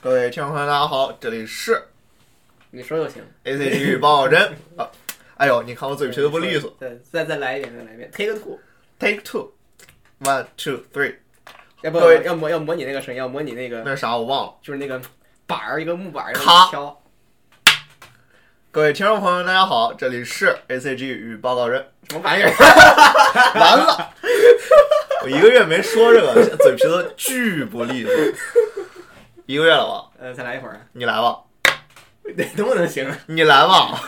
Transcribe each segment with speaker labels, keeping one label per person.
Speaker 1: 各位听众朋友，大家好，这里是
Speaker 2: 你说就行。
Speaker 1: A C G 预报 针啊！哎呦，你看我嘴皮都不利索。
Speaker 2: 再再再来一遍，再来一遍，take a two，
Speaker 1: Take two, one, two, three，
Speaker 2: 要不
Speaker 1: 各位
Speaker 2: 要模要模拟那个声，要模拟那个
Speaker 1: 那是啥我忘了。
Speaker 2: 就是那个板儿，一个木板儿，
Speaker 1: 咔
Speaker 2: 一敲。
Speaker 1: 各位听众朋友，大家好，这里是 A C G 与报告 人。
Speaker 2: 什么玩意儿？
Speaker 1: 完了，我一个月没说这个，嘴皮子巨不利索。一个月了吧？
Speaker 2: 呃，再来一会 儿，
Speaker 1: 你来吧，
Speaker 2: 能不能行？啊
Speaker 1: 你来吧。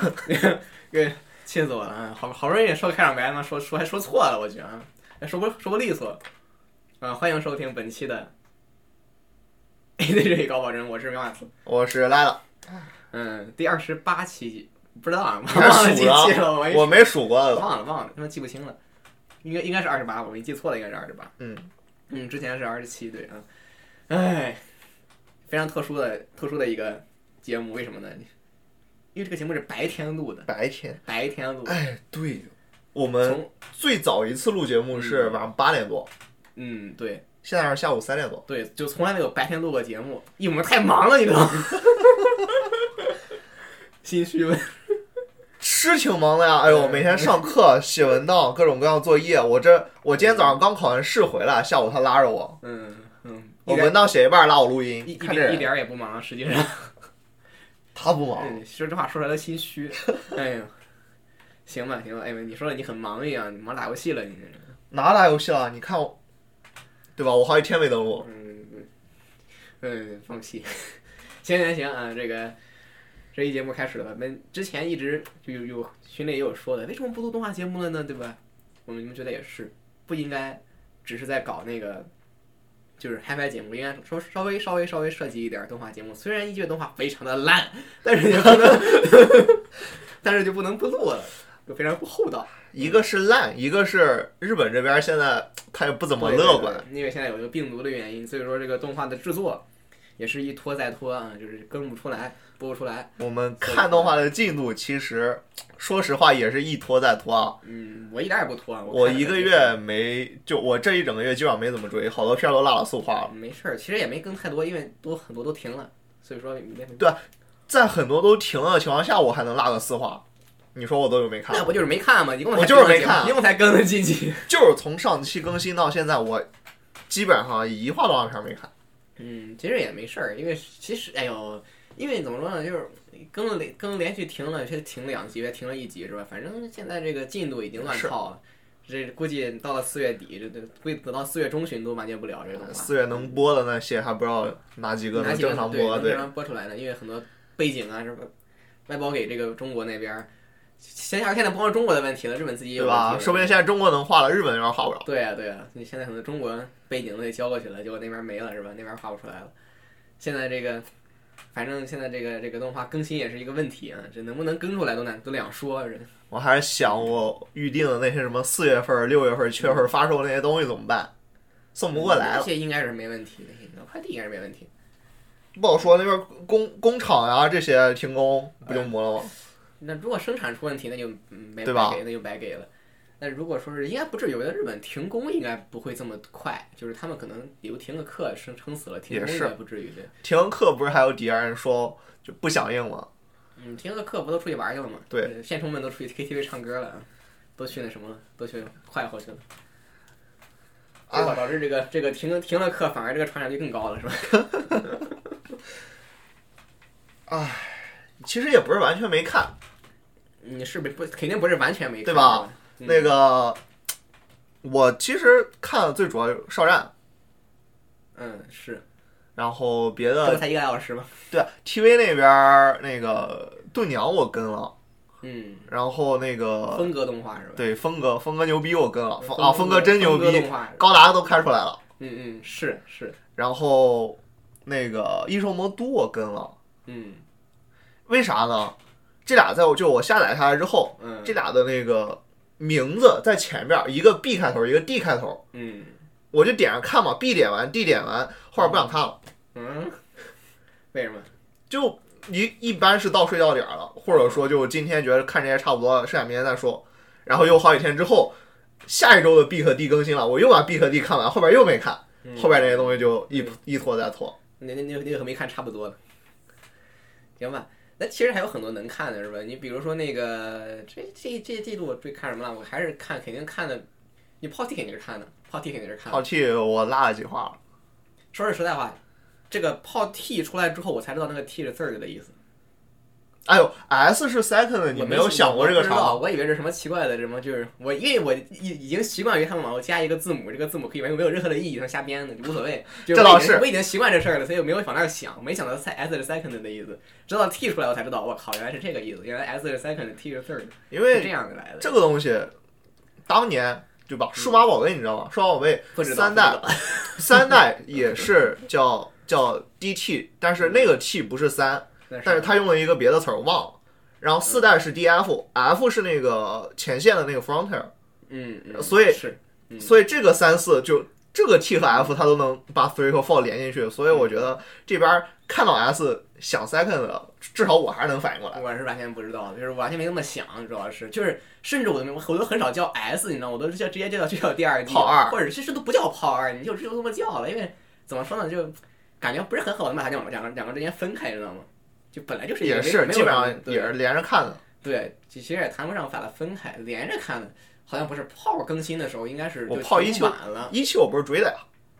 Speaker 2: 给气死我了！啊！好好不容易说开场白嘛，说说还说错了，我去啊，还说不说不利索。啊，欢迎收听本期的 A Z 这里高保真，我是喵马斯。
Speaker 1: 我是拉 拉，
Speaker 2: 嗯，第二十八期，不知道啊，
Speaker 1: 你还
Speaker 2: 忘了几
Speaker 1: 数了
Speaker 2: 期了，我一
Speaker 1: 我没数过了。
Speaker 2: 忘了忘了，他妈记不清了，应该应该是二十八，我没记错了，应该是二十八。
Speaker 1: 嗯
Speaker 2: 嗯，之前是二十七，对啊。哎，非常特殊的特殊的一个节目，为什么呢？因为这个节目是白天录的，
Speaker 1: 白天，
Speaker 2: 白天录，
Speaker 1: 哎，对，我们
Speaker 2: 从
Speaker 1: 最早一次录节目是晚上八点多，
Speaker 2: 嗯对
Speaker 1: 现在是下午三点多。
Speaker 2: 对，就从来没有白天录过节目，因为我们太忙了，你知道吗？ 心虚呗，
Speaker 1: 是挺忙的呀，哎呦，
Speaker 2: 嗯
Speaker 1: 每天上课、写文档、各种各样作业。我这我今天早上刚考完试回来，下午他拉着我，
Speaker 2: 嗯嗯，
Speaker 1: 我
Speaker 2: 一点
Speaker 1: 文档写一半拉我录音
Speaker 2: 一，一
Speaker 1: 看这
Speaker 2: 点一
Speaker 1: 人
Speaker 2: 点儿也不忙，实际上。
Speaker 1: 他不忙，
Speaker 2: 嗯，说这话说出来都心虚。哎呦，行吧行吧，哎呦，你说你很忙一样，你忙打游戏了，你这是。
Speaker 1: 哪打游戏了？你看我，对吧？我好几天没登录，
Speaker 2: 嗯嗯嗯，放屁。行行行啊，这个这一节目开始了吧？我们之前一直就有有群里也有说的，为什么不录动画节目了呢？对吧？我们你们觉得也是，不应该只是在搞那个。就是嗨 i 节目应该说稍微稍微稍微涉及一点动画节目，虽然一月动画非常的烂，但是也不能， 但是就不能不录了，就非常不厚道。
Speaker 1: 一个是烂，一个是日本这边现在他也不怎么
Speaker 2: 对
Speaker 1: 乐观。，
Speaker 2: 对对因为现在有一个病毒的原因，所以说这个动画的制作也是一拖再拖啊，就是更不出来，播不出来。
Speaker 1: 我们看动画的进度，其实说实话也是一拖再拖啊。
Speaker 2: 嗯，我一点也不拖啊，
Speaker 1: 我
Speaker 2: 看了
Speaker 1: 一个
Speaker 2: 就
Speaker 1: 月没就我这一整个月基本上没怎么追，好多片儿都落了速化了。
Speaker 2: 没事儿，其实也没更太多，因为都很多都停了，所以说没
Speaker 1: 在很多都停了的情况下，我还能落个丝滑，你说我都有没看
Speaker 2: 那？不就是没看嘛，一共才
Speaker 1: 我就是
Speaker 2: 更了
Speaker 1: 没
Speaker 2: 几
Speaker 1: 看
Speaker 2: 一共才更了几集。
Speaker 1: 就是从上期更新到现在，我基本上一话动画片没看。
Speaker 2: 嗯，其实也没事儿，因为其实哎呦，因为怎么说呢，就是更了更连续停了，也是停了两集，也停了一集是吧？反正现在这个进度已经乱
Speaker 1: 是
Speaker 2: 套了，这估计到了四月底，这这估计等到四月中旬都完结不了这个动画。
Speaker 1: 四月能播的那些还不知道哪几个
Speaker 2: 哪
Speaker 1: 能
Speaker 2: 几个
Speaker 1: 正常
Speaker 2: 对
Speaker 1: 播，
Speaker 2: 能正
Speaker 1: 对，
Speaker 2: 常播出来呢？因为很多背景啊什么，外包给这个中国那边儿，闲暇现在不光是中国的问题了，日本自己也有
Speaker 1: 对
Speaker 2: 问题
Speaker 1: 吧？
Speaker 2: 了
Speaker 1: 说不定现在中国能画了，日本那边画不了。
Speaker 2: 对啊，对啊，你现在很多中国背景都给交过去了，结果那边没了是吧？那边画不出来了。现在这个，反正现在这个这个动画更新也是一个问题啊，这能不能更出来都难都两说。啊人
Speaker 1: 我还是想我预定的那些什么四月份、六月份、七月份发售那些东西怎么办？送不过来
Speaker 2: 这
Speaker 1: 了，
Speaker 2: 些应该是没问题的，那快递应该是没问题。嗯
Speaker 1: 不好说。那边工工厂呀、这些停工不就磨了吗？
Speaker 2: 那如果生产出问题，那就嗯没
Speaker 1: 对
Speaker 2: 白
Speaker 1: 吧
Speaker 2: 给，那就白给了。那如果说是应该不至于，我觉得日本停工应该不会这么快，就是他们可能比如停个课撑撑死了，停工
Speaker 1: 也
Speaker 2: 应
Speaker 1: 是
Speaker 2: 该不至于对。
Speaker 1: 停课不是还有底下人说就不响应吗？
Speaker 2: 嗯，停个课不都出去玩去了吗？
Speaker 1: 对
Speaker 2: 呃，县城们都出去 KTV 唱歌了，啊都去那什么了，都去快活去了。
Speaker 1: 啊
Speaker 2: 结果导致这个这个停停了课，反而这个传染率更高了，是吧？
Speaker 1: 其实也不是完全没看，
Speaker 2: 你是不是不肯定不是完全没看
Speaker 1: 对吧？
Speaker 2: 嗯
Speaker 1: 那个，我其实看的最主要就是《少战
Speaker 2: 嗯，是，》，
Speaker 1: 然后别
Speaker 2: 这不
Speaker 1: 的
Speaker 2: 才一个来小时吗？
Speaker 1: 对 TV 那边儿那个《盾娘》我跟了，
Speaker 2: 嗯，
Speaker 1: 然后那个
Speaker 2: 风格动画是吧？
Speaker 1: 对峰哥，峰哥牛逼我跟了，峰啊峰哥真牛
Speaker 2: 风格
Speaker 1: 逼，
Speaker 2: 动画，
Speaker 1: 高达都开出来了，
Speaker 2: 嗯嗯，是是，
Speaker 1: 然后那个《异兽魔都》我跟了，
Speaker 2: 嗯
Speaker 1: 为啥呢？这俩在我就我下载下来之后，
Speaker 2: 嗯
Speaker 1: 这俩的那个名字在前面，一个 B 开头，一个 D 开头，
Speaker 2: 嗯
Speaker 1: 我就点着看嘛，B 点完，D 点完，后面不想看了。
Speaker 2: 嗯，为什么？
Speaker 1: 就一一般是到睡觉点儿了，或者说就今天觉得看这些差不多了，剩下明天再说。然后又好几天之后，下一周的 B 和 D 更新了，我又把 B 和 D 看完，后边又没看，
Speaker 2: 嗯
Speaker 1: 后边这些东西就一
Speaker 2: 嗯
Speaker 1: 一拖再拖。
Speaker 2: 那那那那个和没看差不多了，行吧？那其实还有很多能看的是吧？你比如说那个这这这季度我追看什么了？我还是看肯定看的，你炮 T 肯定是看的，炮 T 肯定是看的。
Speaker 1: 好气，我拉了几话了。
Speaker 2: 说句实在话，这个炮 T 出来之后，我才知道那个 T 是 third 的意思。
Speaker 1: 哎呦，S 是 second，你
Speaker 2: 我
Speaker 1: 没有想过这个
Speaker 2: 我不知
Speaker 1: 场
Speaker 2: 道
Speaker 1: 吗？
Speaker 2: 我以为是什么奇怪的什么，就是我因为我已已经习惯于他们往后加一个字母，这个字母可以完全没有任何的意义，他们瞎编的，无所 谓。就是
Speaker 1: 这
Speaker 2: 我
Speaker 1: 倒
Speaker 2: 已经
Speaker 1: 是
Speaker 2: 我已经习惯这事儿了，所以我没有往那儿想，没想到 S S 是 second 的意思，直到 T 出来我才知道，我靠，原来是这个意思，原来 S 是 second，T 是 third，
Speaker 1: 因
Speaker 2: 是
Speaker 1: 为
Speaker 2: 这样来的。
Speaker 1: 这个东西，当年对吧？数码宝贝你知道吗？数码宝贝
Speaker 2: 嗯不知道
Speaker 1: 三代，三代也是叫叫 DT，但是那个 T 不是三，
Speaker 2: 不知道
Speaker 1: 但是他用了一个别的词儿，我忘了。然后四代是 DF，F 是那个前线的那个 Frontier，
Speaker 2: 嗯，嗯
Speaker 1: 所以
Speaker 2: 是嗯
Speaker 1: 所以这个三四就这个 T 和 F 它都能把 three 和 four 连进去，所以我觉
Speaker 2: 嗯
Speaker 1: 得这边看到 S 想 second 的，至少我还是能反应过来。
Speaker 2: 我是完全不知道的，就是完全没那么想，主要是就是甚至我都没我都很少叫 S，你知道吗，我都是叫直接就叫就叫第二 D
Speaker 1: 炮二
Speaker 2: 或者甚至都不叫炮二，你就就这么叫了，因为怎么说呢，就感觉不是很好能把它两个两个两个之间分开，你知道吗？就本来就是一个
Speaker 1: 也
Speaker 2: 没
Speaker 1: 是，
Speaker 2: 没有
Speaker 1: 基本上
Speaker 2: 什么对
Speaker 1: 也是连着看的。
Speaker 2: 对，其实也谈不上把它分开，连着看的，好像不是炮更新的时候应该是
Speaker 1: 我
Speaker 2: 就
Speaker 1: 炮一
Speaker 2: 停
Speaker 1: 球
Speaker 2: 晚了。
Speaker 1: 一期我不是追的呀，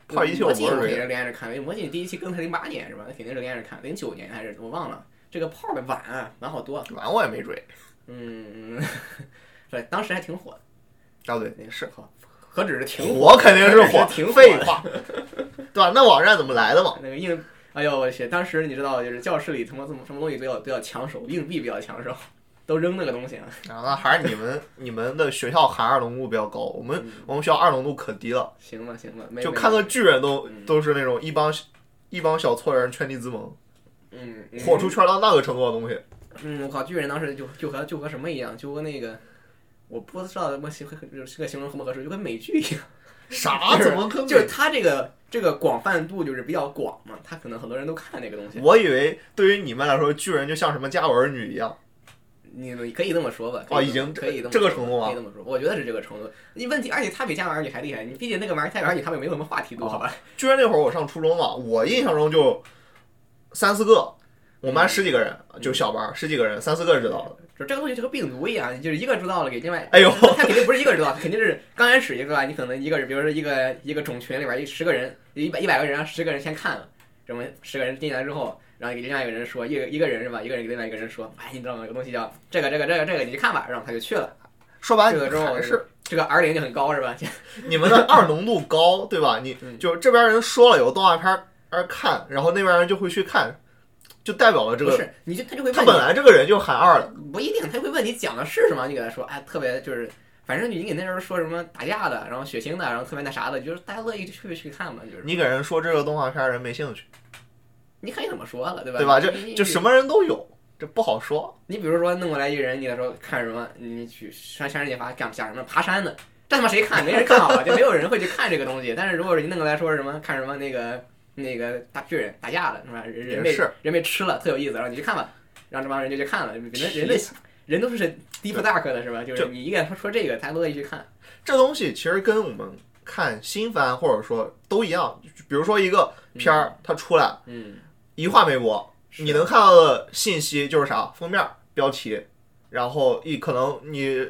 Speaker 1: 炮一期
Speaker 2: 魔
Speaker 1: 我
Speaker 2: 镜
Speaker 1: 不是
Speaker 2: 我肯
Speaker 1: 追
Speaker 2: 定
Speaker 1: 的。
Speaker 2: 是连着看，因为魔镜第一期更是零八年是吧？那肯定是连着看，零九年还是我忘了。这个炮的晚啊，晚好多。
Speaker 1: 完我也没追。
Speaker 2: 嗯， 对，当时还挺火的。
Speaker 1: 啊对，
Speaker 2: 那是火，何止是挺火，
Speaker 1: 我肯定是火，
Speaker 2: 挺火
Speaker 1: 废话，对吧？那网站怎么来的嘛？
Speaker 2: 那个硬，哎呦我去！当时你知道，就是教室里他妈什么什么东西都要都要抢手，硬币比较抢手，都扔那个东西啊。
Speaker 1: 然后还是你 们你们的学校含二浓度比较高，我们
Speaker 2: 嗯
Speaker 1: 我们学校二浓度可低了，
Speaker 2: 行了行了，没
Speaker 1: 就
Speaker 2: 没
Speaker 1: 看个巨人都
Speaker 2: 嗯
Speaker 1: 都是那种一帮一帮小撮人圈地自萌，
Speaker 2: 嗯
Speaker 1: 火出。圈到那个程度的 东西。
Speaker 2: 嗯，我靠，巨人当时就就和就和什么一样，就和那个。我不知道什么形这个形容合不合适，就跟美剧一样，
Speaker 1: 啥？
Speaker 2: 就是
Speaker 1: 怎么跟
Speaker 2: 就是它这个这个广泛度就是比较广嘛，它可能很多人都看这个东西。
Speaker 1: 我以为对于你们来说，巨人就像什么加文女一样，
Speaker 2: 你们可以这么说吧？
Speaker 1: 哦已经
Speaker 2: 可以这么
Speaker 1: 这
Speaker 2: 说
Speaker 1: 个程度吗啊
Speaker 2: 可以这么说，我觉得是这个程度。你问题，而且他比加玩儿女还厉害，你毕竟那个玩儿太玩儿女他们没有什么话题度，
Speaker 1: 哦
Speaker 2: 好吧？
Speaker 1: 居然那会儿我上初中嘛，我印象中就三四个，我们班十几个人，就小班儿十几个人，三四个知道的。
Speaker 2: 就这个东西就和病毒一样，就是一个知道了给另外，
Speaker 1: 哎呦
Speaker 2: 他肯定不是一个知道，肯定是刚开始一个，你可能一个人，比如说一个一个种群里边儿一十个人，一百一百个人，十个人先看了，什么十个人进来之后。然后给另外一个人说，一个一个人是吧？一个人给另外一个人说，哎，你知道吗？有个东西叫这个这个这个这个，你去看吧。然后他就去了，
Speaker 1: 说白
Speaker 2: 去了之
Speaker 1: 了，
Speaker 2: 后
Speaker 1: 还是
Speaker 2: 这个 R 零就很高是吧？
Speaker 1: 你们的二浓度高，对吧？你
Speaker 2: 嗯
Speaker 1: 就是这边人说了有动画片儿而看，然后那边人就会去看，就代表了这
Speaker 2: 不
Speaker 1: 个
Speaker 2: 是，你就他就会
Speaker 1: 他
Speaker 2: 问你
Speaker 1: 本来这个人就含二了，
Speaker 2: 不一定，他会问你讲的是什么，你给他说，哎，特别就是，反正你给那时候说什么打架的，然后血腥的，然后特别那啥的，就是大家乐意去去看嘛，就是
Speaker 1: 你给人说这个动画片儿人没兴趣，
Speaker 2: 你看你怎么说了，对吧？
Speaker 1: 对吧？
Speaker 2: 你
Speaker 1: 这
Speaker 2: 你
Speaker 1: 就什么人都有，这不好说。
Speaker 2: 你比如说弄过来一个人，你给他说看什么，你去山山上去爬干讲什么爬山的，这他妈谁看？没人看好吧？啊就没有人会去看这个东西。但是如果你弄过来说什么看什么那个那个大巨人打架的是吧？人人
Speaker 1: 也
Speaker 2: 被
Speaker 1: 是
Speaker 2: 人被吃了，特有意思，然后你去看吧，让这帮人就去看了。人人类人都是 deep dark 的是吧？就是
Speaker 1: 就
Speaker 2: 你一给他说这个，他乐意去看。
Speaker 1: 这东西其实跟我们看新番或者说都一样，比如说一个片儿它出来
Speaker 2: 嗯，
Speaker 1: 一话没播，
Speaker 2: 是
Speaker 1: 你能看到的信息就是啥封面、标题，然后一可能你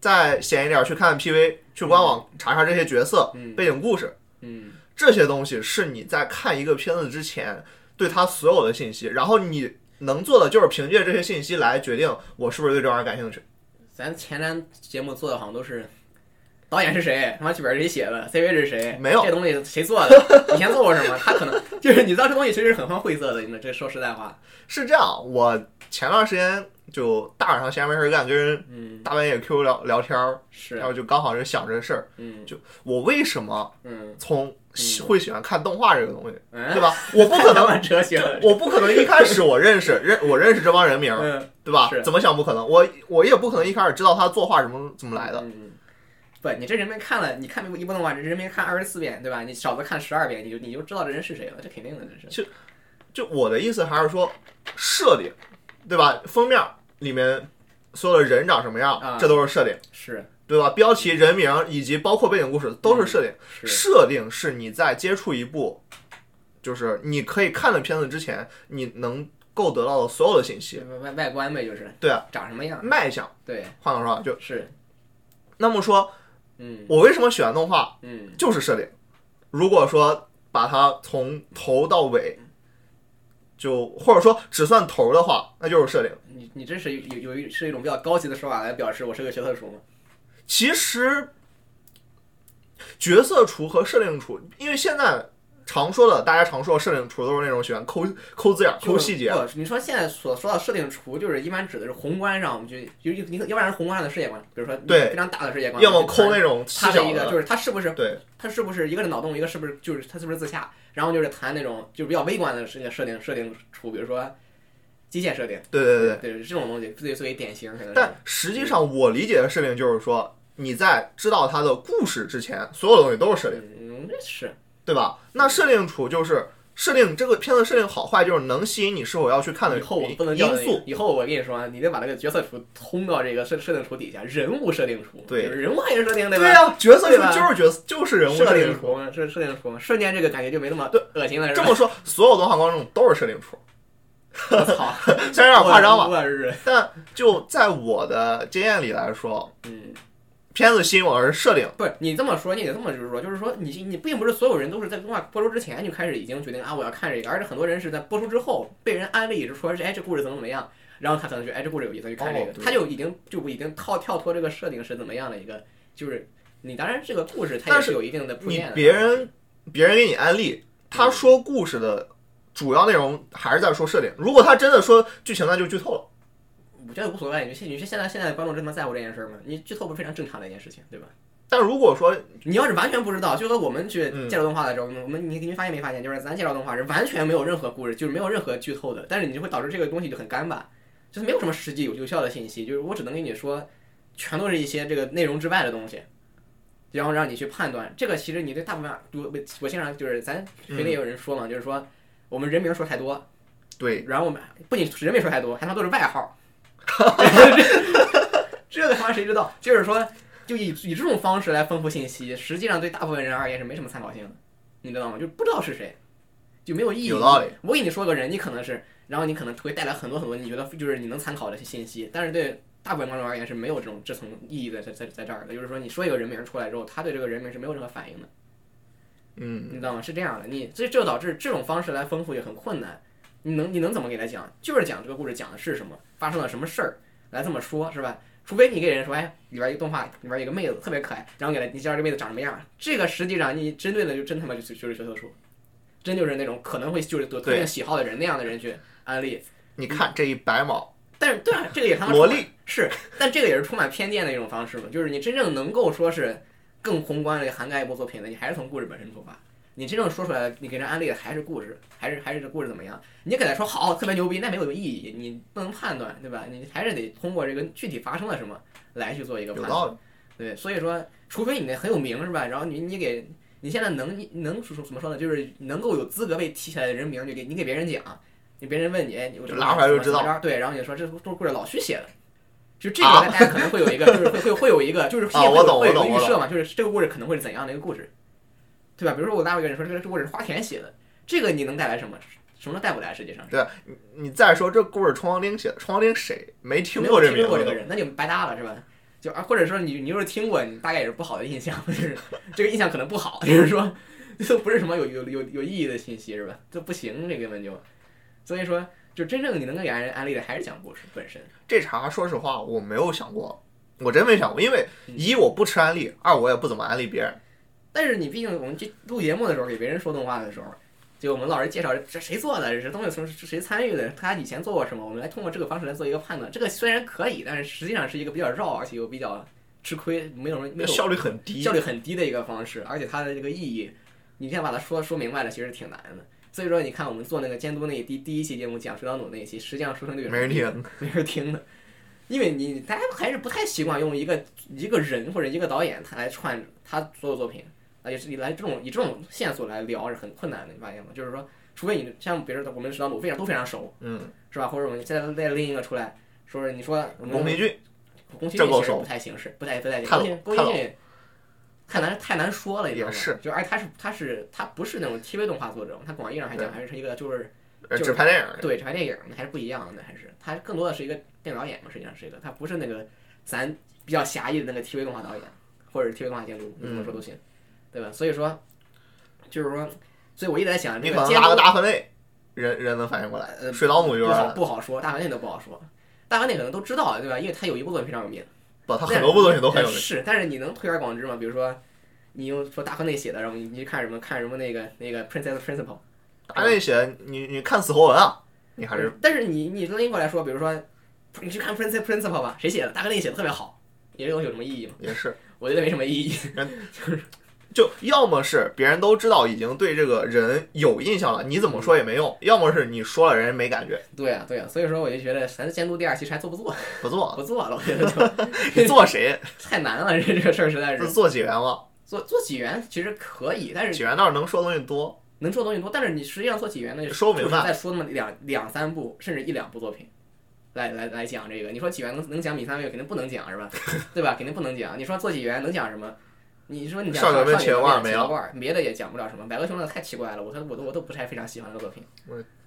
Speaker 1: 再闲一点去看 PV，去官网查查这些角色、
Speaker 2: 嗯
Speaker 1: 背景故事，
Speaker 2: 嗯
Speaker 1: 这些东西是你在看一个片子之前对它所有的信息，然后你能做的就是凭借这些信息来决定我是不是对这玩意儿感兴趣。，
Speaker 2: 咱前瞻节目做的好像都是导演是谁，他妈剧本是谁写的，CV 是谁，
Speaker 1: 没有
Speaker 2: 这东西谁做的， 以前做过什么，他 可能就是你知道这东西其实是很方晦涩的，你知道这说实在话，
Speaker 1: 是这样，我前段时间就大晚上闲没事儿干，跟人
Speaker 2: 嗯，
Speaker 1: 大半夜 QQ 聊聊天儿，
Speaker 2: 是
Speaker 1: 然，后就刚好就想这事儿，
Speaker 2: 嗯
Speaker 1: 我为什么
Speaker 2: 嗯
Speaker 1: 从喜会喜欢看动画这个东西，
Speaker 2: 嗯，
Speaker 1: 对吧？我不可
Speaker 2: 太他
Speaker 1: 能
Speaker 2: 妈哲学 了，
Speaker 1: 我不可能一开始我认识认我认识这帮人名儿，
Speaker 2: 嗯，
Speaker 1: 对吧
Speaker 2: 是？
Speaker 1: 怎么想不可能？我我也不可能一开始知道他作画怎么怎么来的。
Speaker 2: 嗯。嗯不，你这人没看了，你看一部动画，这人没看二十四遍，对吧？你少则看十二遍，你就你就知道这人是谁了，这肯定的，这是。
Speaker 1: 就我的意思还是说设定，对吧？封面里面所有的人长什么
Speaker 2: 啊
Speaker 1: 样，这都是设定，
Speaker 2: 是
Speaker 1: 对吧？标题、人名以及包括背景故事都是设定。
Speaker 2: 嗯是
Speaker 1: 设定是你在接触一部就是你可以看了片子之前，你能够得到的所有的信息，
Speaker 2: 外外外观呗，就是
Speaker 1: 对啊，
Speaker 2: 长什么样，
Speaker 1: 卖相，
Speaker 2: 对，，
Speaker 1: 换个说法就是那么说，
Speaker 2: 嗯
Speaker 1: 我为什么喜欢动画，
Speaker 2: 嗯，
Speaker 1: 就是设定。如果说把它从头到尾，就或者说只算头的话，那就是设定。
Speaker 2: 你你这是有有一是一种比较高级的说法来表示我是个学特厨吗？
Speaker 1: 其实角色厨和设定厨，因为现在常说的，大家常说设定厨都是那种喜欢抠抠字眼、抠细节，啊
Speaker 2: 不，你说现在所说到设定厨，就是一般指的是宏观上，我们就有你要不然是宏观上的世界观，比如说
Speaker 1: 对
Speaker 2: 非常大的世界观，
Speaker 1: 要么抠那种细
Speaker 2: 他的
Speaker 1: 小
Speaker 2: 一个就是他是不是
Speaker 1: 对
Speaker 2: 他是不是一个是脑洞，一个是不是就是他是不是自洽，然后就是谈那种就是比较微观的世界设定设定出，比如说机械设定，
Speaker 1: 对对对。
Speaker 2: 对这种东西最最为典型，可能是嗯
Speaker 1: 但实际上，我理解的设定就是说，你在知道它的故事之前，所有东西都是设定。
Speaker 2: 嗯，这是
Speaker 1: 对吧？那设定处就是设定这个片子设定好坏，就是能吸引你是否要去看的
Speaker 2: 以后我
Speaker 1: 因
Speaker 2: 不能叫
Speaker 1: 因
Speaker 2: 那个
Speaker 1: 素。
Speaker 2: 以后我跟你说啊，你得把那个角色图通到这个设设定图底下，人物设定图，
Speaker 1: 对
Speaker 2: 就是人物还是设定吧？
Speaker 1: 对呀、角色
Speaker 2: 对
Speaker 1: 处
Speaker 2: 吧
Speaker 1: 就是角色，就是人物
Speaker 2: 设
Speaker 1: 设
Speaker 2: 定
Speaker 1: 定
Speaker 2: 图
Speaker 1: 处。
Speaker 2: 嘛，设设定图嘛，瞬间这个感觉就没那么
Speaker 1: 对
Speaker 2: 恶心了，是
Speaker 1: 这
Speaker 2: 吧？
Speaker 1: 么说，所有动画观众都是设定 处，
Speaker 2: 我操，
Speaker 1: 虽然有点夸张吧，
Speaker 2: 我日，
Speaker 1: 但就在我的经验里来说，
Speaker 2: 嗯，
Speaker 1: 片子吸引我的是设定。
Speaker 2: 不是你这么说，你得这么就是说，就是说你你并不是所有人都是在动画播出之前就开始已经决定啊我要看这个，而且很多人是在播出之后被人安利，就说哎这故事怎么怎么样，然后他可能觉得哎这故事有意思，他就看这
Speaker 1: 哦
Speaker 2: 个，
Speaker 1: 对
Speaker 2: 他就已经就已经跳跳脱这个设定是怎么样的一个，就是你当然这个故事它也
Speaker 1: 但是
Speaker 2: 是有一定的铺
Speaker 1: 你
Speaker 2: 垫的，
Speaker 1: 别人别人给你安利，他
Speaker 2: 嗯
Speaker 1: 说故事的主要内容还是在说设定。如果他真的说剧情，那就剧透了。
Speaker 2: 我觉得无所谓，你现你说现在现在观众真的在乎这件事儿吗？你剧透不是非常正常的一件事情，对吧？
Speaker 1: 但如果说
Speaker 2: 你要是完全不知道，就和我们去
Speaker 1: 嗯
Speaker 2: 介绍动画的时候，我们你你发现没发现，就是咱介绍动画是完全没有任何故事，就是没有任何剧透的，但是你就会导致这个东西就很干巴，就是没有什么实际有有效的信息，就是我只能跟你说，全都是一些这个内容之外的东西，然后让你去判断。这个其实你对大部分我我经常就是咱群里也有人说嘛，就是说我们人名说太多，
Speaker 1: 对，
Speaker 2: 然后我们不仅人名说太多，还他妈都是外 号，这这个他妈谁知道？就是说，就以以这种方式来丰富信息，实际上对大部分人而言是没什么参考性的，你知道吗？就是不知道是谁，就没有意义。
Speaker 1: 有道理。
Speaker 2: 我给你说个人，你可能是，然后你可能会带来很多很多你觉得就是你能参考的信息，但是对大部分观众而言是没有这种这层意义在在在在这儿的。就是说，你说一个人名出来之后，他对这个人名是没有任何反应的。
Speaker 1: 嗯，
Speaker 2: 你知道吗？是这样的，你这这导致这种方式来丰富也很困难。你能你能怎么给他讲？就是讲这个故事讲的是什么，发生了什么事儿，来这么说，是吧？除非你给人说，哎，里边一个动画里边有一个妹子特别可爱，然后给她你知道这妹子长什么样，这个实际上你针对的就真他妈就就是学特殊，真就是那种可能会就是有特定
Speaker 1: 对
Speaker 2: 喜好的人那样的人去安利。
Speaker 1: 你看这一白毛
Speaker 2: 但是对啊，这个也他妈
Speaker 1: 萝莉，
Speaker 2: 是，但这个也是充满偏见的一种方式嘛，就是你真正能够说是更宏观的涵盖一部作品的，你还是从故事本身出发。你真正说出来的，你给人安利的还是故事，还是还是这故事怎么样？你给他说好，特别牛逼，那没有意义，你不能判断，对吧？你还是得通过这个具体发生了什么来去做一个
Speaker 1: 有
Speaker 2: 判
Speaker 1: 道
Speaker 2: 断。
Speaker 1: 理。
Speaker 2: 对，所以说，除非你那很有名是吧？然后你你给你现在能你能说怎么说呢？就是能够有资格被提起来的人名，就给你给别人讲，你别人问你，哎，你我
Speaker 1: 就拉出来就知道
Speaker 2: 怎么着对，然后你说这都是或者老徐写的。就这个，
Speaker 1: 啊
Speaker 2: 大家可能会有一个，就是会会会有一个，就是
Speaker 1: 啊我懂
Speaker 2: 会有一个
Speaker 1: 我懂
Speaker 2: 预设嘛，就是这个故事可能会是怎样的一个故事，对吧？比如说我大卫跟你说这个这个故事是花田写的，这个你能带来什么？什么都带不来，实际上是
Speaker 1: 对你你再说这故事冲王丁写的，冲王丁谁没听
Speaker 2: 没
Speaker 1: 过
Speaker 2: 有
Speaker 1: 这
Speaker 2: 听
Speaker 1: 名
Speaker 2: 过这个
Speaker 1: 字？
Speaker 2: 人，那就白搭了，是吧？就啊，或者说你你就是听过，你大概也是不好的印象， 就是这个印象可能不好，就是说这都不是什么有有有有意义的信息，是吧？这不行，这根本就，所以说就真正你能给人安利的还是讲故事本身，
Speaker 1: 这茬说实话我没有想过，我真没想过，因为
Speaker 2: 嗯
Speaker 1: 一我不吃安利，二我也不怎么安利别人。
Speaker 2: 但是你毕竟我们这录节目的时候给别人说动画的时候，就我们老是介绍这谁做的，这东西从谁参与的，他以前做过什么，我们来通过这个方式来做一个判断。这个虽然可以，但是实际上是一个比较绕，而且又比较吃亏，没有人没有
Speaker 1: 效率很低
Speaker 2: 效，率很低的一个方式，而且它的这个意义，你先把它说说明白了，其实挺难的。所以说，你看我们做那个监督那一第第一期节目讲水岛努那一期，实际上收听率
Speaker 1: 没人听。
Speaker 2: 没人听的，因为你大家还是不太习惯用一个一个人或者一个导演他来串他所有作品，而且是你来这种以这种线索来聊是很困难的，你发现吗？就是说，除非你像比如说我们水岛努非常都非常熟，
Speaker 1: 嗯，
Speaker 2: 是吧？或者我们现在再拎一个出来，说是你说我们
Speaker 1: 宫崎骏
Speaker 2: 宫崎
Speaker 1: 这
Speaker 2: 骏
Speaker 1: 够
Speaker 2: 其实
Speaker 1: 熟
Speaker 2: 不太行事，不太不太
Speaker 1: 太
Speaker 2: 宫崎
Speaker 1: 老
Speaker 2: 宫
Speaker 1: 太
Speaker 2: 崎
Speaker 1: 老
Speaker 2: 骏太难太难说了，你知道吗
Speaker 1: 也是，
Speaker 2: 就而且他是他是他不是那种 TV 动画作者，他广义上还讲还是一个就是
Speaker 1: 呃
Speaker 2: 就
Speaker 1: 只拍电影儿，
Speaker 2: 对拍电影那还是不一样的，还是他更多的是一个电影导演嘛，实际上是一个他不是那个咱比较狭义的那个 TV 动画导演或者是 TV 动画监督，你怎么说都
Speaker 1: 嗯
Speaker 2: 行，对吧？所以说就是说，所以我一直在想
Speaker 1: 你
Speaker 2: 啊这
Speaker 1: 可
Speaker 2: 个
Speaker 1: 能
Speaker 2: 监
Speaker 1: 拉个
Speaker 2: 督
Speaker 1: 大分类，人人能反应过来。
Speaker 2: 呃
Speaker 1: 水老母就
Speaker 2: 不
Speaker 1: 是
Speaker 2: 好不好说，大环境都不好说，大环境可能都知道对吧？因为他有一部作品非常有名。
Speaker 1: 不，哦他很多部东西都很有名。
Speaker 2: 是，但是你能推而广之吗？比如说，你用说大河内写的，然后你你去看什么看什么那个那个 Princess Principal，
Speaker 1: 大内写你你看死活文啊，你还是
Speaker 2: 但是你你拎过来说，比如说你去看 Princess Principal 吧，谁写的？大河内写的特别好，你这东西有什么意义吗？
Speaker 1: 也是，
Speaker 2: 我觉得没什么意义。
Speaker 1: 就要么是别人都知道已经对这个人有印象了，你怎么说也没用；要么是你说了人家没感觉，
Speaker 2: 对啊，对啊，所以说我就觉得咱监督第二期是还做不做？
Speaker 1: 不做
Speaker 2: 不做了，我觉得就
Speaker 1: 你做谁？
Speaker 2: 太难了，这这个事儿实在
Speaker 1: 是
Speaker 2: 是
Speaker 1: 做几元吗？
Speaker 2: 做做几元其实可以，但是
Speaker 1: 几元倒是能说的东西多，
Speaker 2: 能做的东西多，但是你实际上做几元呢，
Speaker 1: 说不明白
Speaker 2: 就是再说那么两两三部，甚至一两部作品，来来来讲这个。你说起源能能讲米三月，肯定不能讲是吧？ 对吧？肯定不能讲。你说做起源能讲什么？你说你讲
Speaker 1: 少
Speaker 2: 少
Speaker 1: 年们
Speaker 2: 少年
Speaker 1: 铁腕儿
Speaker 2: 们
Speaker 1: 没
Speaker 2: 铁
Speaker 1: 了
Speaker 2: 腕儿，别的也讲不了什么。百合熊的太奇怪了，我都我都我都不是太非常喜欢的作品，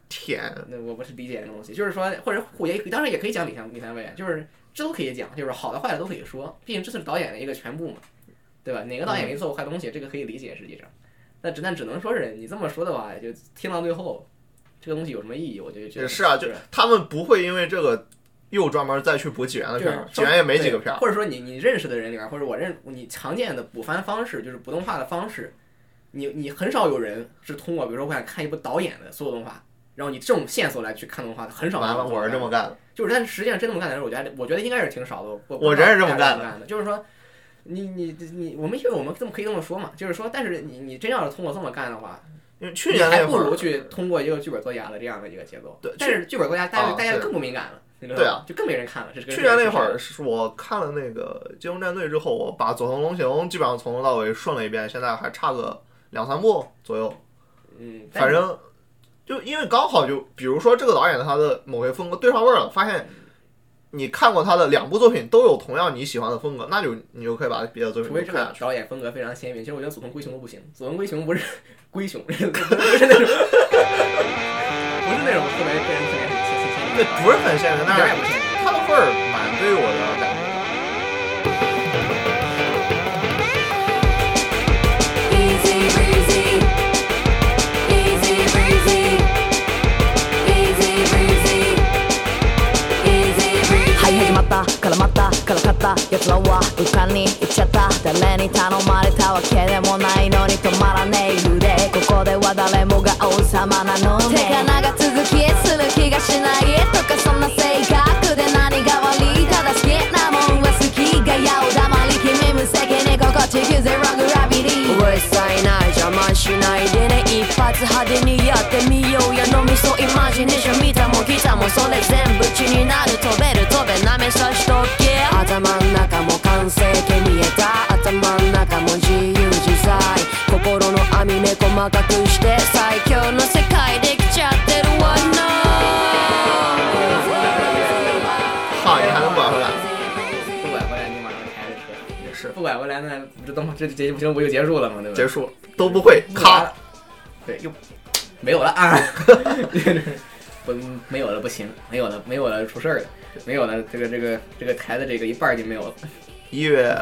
Speaker 1: 天，
Speaker 2: 那我不是理解那种东西。就是说，或者虎爷当然也可以讲米三米三月，就是这都可以讲，就是好的坏的都可以说，毕竟这是导演的一个全部嘛，对吧？哪个导
Speaker 1: 嗯
Speaker 2: 演没做过坏东西，这个可以理解，实际上。那只但只能说是你这么说的话，就听到最后，这个东西有什么意义？我就觉得
Speaker 1: 也是啊，就他们不会因为这个又专门再去补几元的
Speaker 2: 就
Speaker 1: 片
Speaker 2: 是
Speaker 1: 儿，几元也没几个
Speaker 2: 对
Speaker 1: 片儿。
Speaker 2: 或者说你你认识的人里面，或者我认你常见的补番方式，就是补动画的方式，你你很少有人是通过比如说我想看一部导演的所有动画，然后你这种线索来去看动画的，很少有
Speaker 1: 完
Speaker 2: 人
Speaker 1: 了，我是这么干的，
Speaker 2: 就是，但是实际上真这么干的人，我觉得我觉得应该是挺少的。我我
Speaker 1: 我真是这么干
Speaker 2: 干的，就是说，你你你，我们因为我们这么可以这么说嘛，就是说，但是你你真要是通过这么干的话，
Speaker 1: 因为去
Speaker 2: 你
Speaker 1: 年
Speaker 2: 还
Speaker 1: 那
Speaker 2: 不
Speaker 1: 会
Speaker 2: 如
Speaker 1: 儿，
Speaker 2: 去通过一个剧本作家的这样的一个节奏。
Speaker 1: 对
Speaker 2: 但是剧本作家，大家
Speaker 1: 啊
Speaker 2: 大家
Speaker 1: 对
Speaker 2: 更不敏感了，你知道
Speaker 1: 对
Speaker 2: 吗
Speaker 1: 啊？
Speaker 2: 就更没人看了。这是跟
Speaker 1: 去年
Speaker 2: 这
Speaker 1: 那
Speaker 2: 个
Speaker 1: 会儿是我看了那个《机动战队》之后，我把《左藤龙行》基本上从头到尾顺了一遍，现在还差个两三部左右。
Speaker 2: 嗯，但
Speaker 1: 反
Speaker 2: 是
Speaker 1: 正就因为刚好就比如说这个导演的他的某些风格对上味儿了，发现你看过他的两部作品都有同样你喜欢的风格，那就你就可以把别的作品
Speaker 2: 除非
Speaker 1: 都
Speaker 2: 这
Speaker 1: 看下
Speaker 2: 个
Speaker 1: 去。
Speaker 2: 导演风格非常鲜明，其实我觉得佐藤圭雄都不行。佐藤圭雄不是龟雄，不是那种，不是那种特别被人特别很
Speaker 1: 对，不是很鲜明，
Speaker 2: 一点儿
Speaker 1: 但
Speaker 2: 也
Speaker 1: 是
Speaker 2: 不鲜明。
Speaker 1: 他的味儿蛮对我的感觉。
Speaker 3: Easy breezy, easy breezy, easy breezy, easy breezy.
Speaker 4: はい始まった絡まったからかった奴らは武漢に行っちゃった誰に頼まれたわけでもないのに止まらねえルでここでは誰もが王様なの
Speaker 3: 手
Speaker 4: ね
Speaker 3: が長続きする気がしないとかそんな性格で何が悪いただ好きなもんは好きがやおだまり君無責任心地球ゼログラビティ
Speaker 4: うるさいな邪魔しないでね一発派手にやってみようや脳みそイマジネーション見たも来たもそれ全部血になる飛べる飛べなめさしとけ頭ん中も完成形見えた頭ん中も自由自在心の網目細かくして最強の世界できちゃってるわな
Speaker 1: 哈，你还能拐回来？
Speaker 2: 不拐回来，你马上开着车。
Speaker 1: 也是
Speaker 2: 不拐回来呢，这动画这这节目不就结束了吗？对吧？
Speaker 1: 结束都不会，
Speaker 2: 咔
Speaker 1: 咔，，
Speaker 2: 对，又没有了啊！ 不，没有了不行，没有了，没有了出事儿了，没有了，这个这个这个台的这个一半儿就没有了，
Speaker 1: 一月，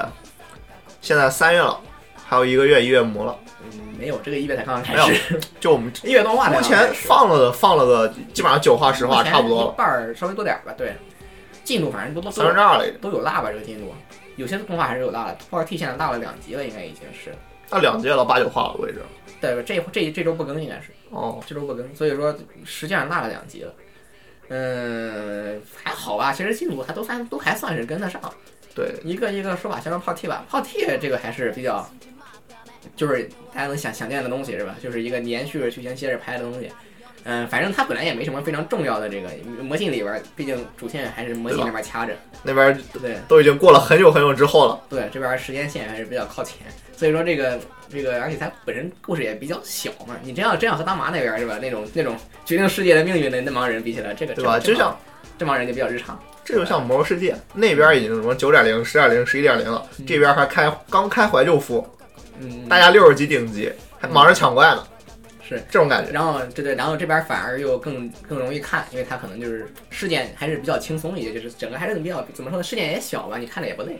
Speaker 1: 现在三月了，还有一个月一月魔了。
Speaker 2: 嗯，没有，这个一月才刚刚开
Speaker 1: 没
Speaker 2: 始，
Speaker 1: 就我们
Speaker 2: 一月动画才
Speaker 1: 目
Speaker 2: 刚开
Speaker 1: 前
Speaker 2: 始
Speaker 1: 放了的放了个，基本上九话十话差不多
Speaker 2: 一
Speaker 1: 了，
Speaker 2: 半儿稍微多点儿吧，对，进度反正都都
Speaker 1: 三分之二了已经。
Speaker 2: 都有落吧，这个进度，有些动画还是有落的，托尔 T 现在落了两集了，应该已经是，
Speaker 1: 那两届了八九话了，我也知道。
Speaker 2: 对，这这这周不更应该是。
Speaker 1: 哦，
Speaker 2: 这周不更，所以说实际上落了两集了。嗯，还好吧，其实进度还都算都还算是跟得上，
Speaker 1: 对，
Speaker 2: 一个一个说法相声泡 T 吧，泡 T 这个还是比较，就是大家能想想见的东西是吧？就是一个连续去衔接着拍的东西。嗯，反正它本来也没什么非常重要的这个魔镜里边儿，毕竟主线还是魔镜那边掐着，
Speaker 1: 那边
Speaker 2: 对
Speaker 1: 都已经过了很久很久之后了，
Speaker 2: 对，这边时间线还是比较靠前，所以说这个这个，而且它本身故事也比较小嘛。你真要真要和大麻那边是吧？那种那种决定世界的命运的那帮人比起来，这个
Speaker 1: 对吧？
Speaker 2: 哎这
Speaker 1: 就
Speaker 2: 帮
Speaker 1: 像
Speaker 2: 这帮人就比较日常。
Speaker 1: 这就像《魔兽世界》那边已经什么九点零、十点零、十一点零了，这边还开刚开怀旧服，
Speaker 2: 嗯，
Speaker 1: 大家六十级顶级，还忙着抢怪呢，
Speaker 2: 是
Speaker 1: 这种感觉。
Speaker 2: 然后对对，然后这边反而又更更容易看，因为它可能就是事件还是比较轻松一些，就是整个还是比较怎么说呢，事件也小吧，你看着也不累，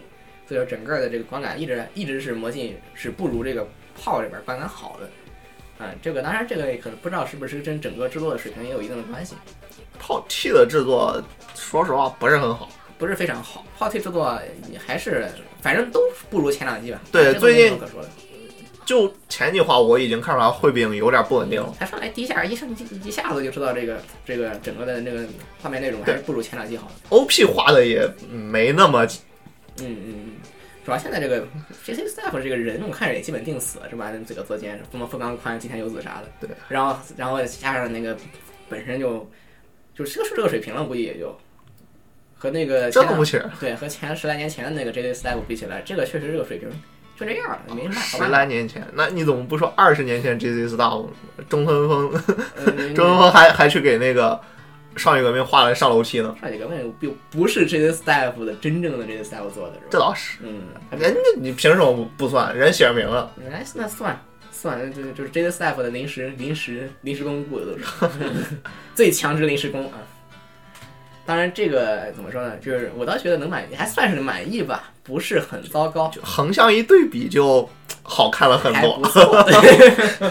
Speaker 2: 所以说整个的这个观感一直一直是魔镜是不如这个炮这边观感好的。嗯，这个当然这个也可能不知道是不是跟整个制作的水平也有一定的关系，
Speaker 1: 炮 T 的制作，说实话不是很好。
Speaker 2: 不是非常好。炮 T 制作也还是反正都不如前两季吧。
Speaker 1: 对
Speaker 2: 这个没
Speaker 1: 最
Speaker 2: 什么
Speaker 1: 近
Speaker 2: 可说的，
Speaker 1: 就前几话我已经看出来绘饼有点不稳定了。
Speaker 2: 才上来哎第一下一上一一下子就知道这个这个整个的那个画面内容还是不如前两季好。
Speaker 1: OP 画的也没那么，
Speaker 2: 嗯嗯，嗯，主要现在这个 J C Staff 这个人，我看着也基本定死了，是吧？这个泽间什么富冈宽、吉田游子啥的，
Speaker 1: 对。
Speaker 2: 然后，然后加上那个本身就就是这个这个水平了，估计也就和那个
Speaker 1: 真
Speaker 2: 前
Speaker 1: 的
Speaker 2: 两
Speaker 1: 不起。
Speaker 2: 对和前十来年前的那个 J C Staff 比起来，这个确实这个水平就这样了，没什么办法
Speaker 1: 十来年前，那你怎么不说二十年前 JZ Star 中村峰
Speaker 2: 嗯
Speaker 1: 中村峰还还去给那个少女革命画了上楼梯呢？
Speaker 2: 上几个问又不是 J C Staff 的真正的 J C Staff 做的，是
Speaker 1: 这
Speaker 2: 吧？
Speaker 1: 倒是，
Speaker 2: 嗯，
Speaker 1: 人家你凭什么不不算？人写着名了，
Speaker 2: 哎，那算算，就就是 J Staff 的临时临时临时工雇的都是最强之临时工啊。当然，这个怎么说呢？就是我倒觉得能满，还算是满意吧，不是很糟糕，
Speaker 1: 横向一对比就好看了很
Speaker 2: 还不
Speaker 1: 多。
Speaker 2: 错。对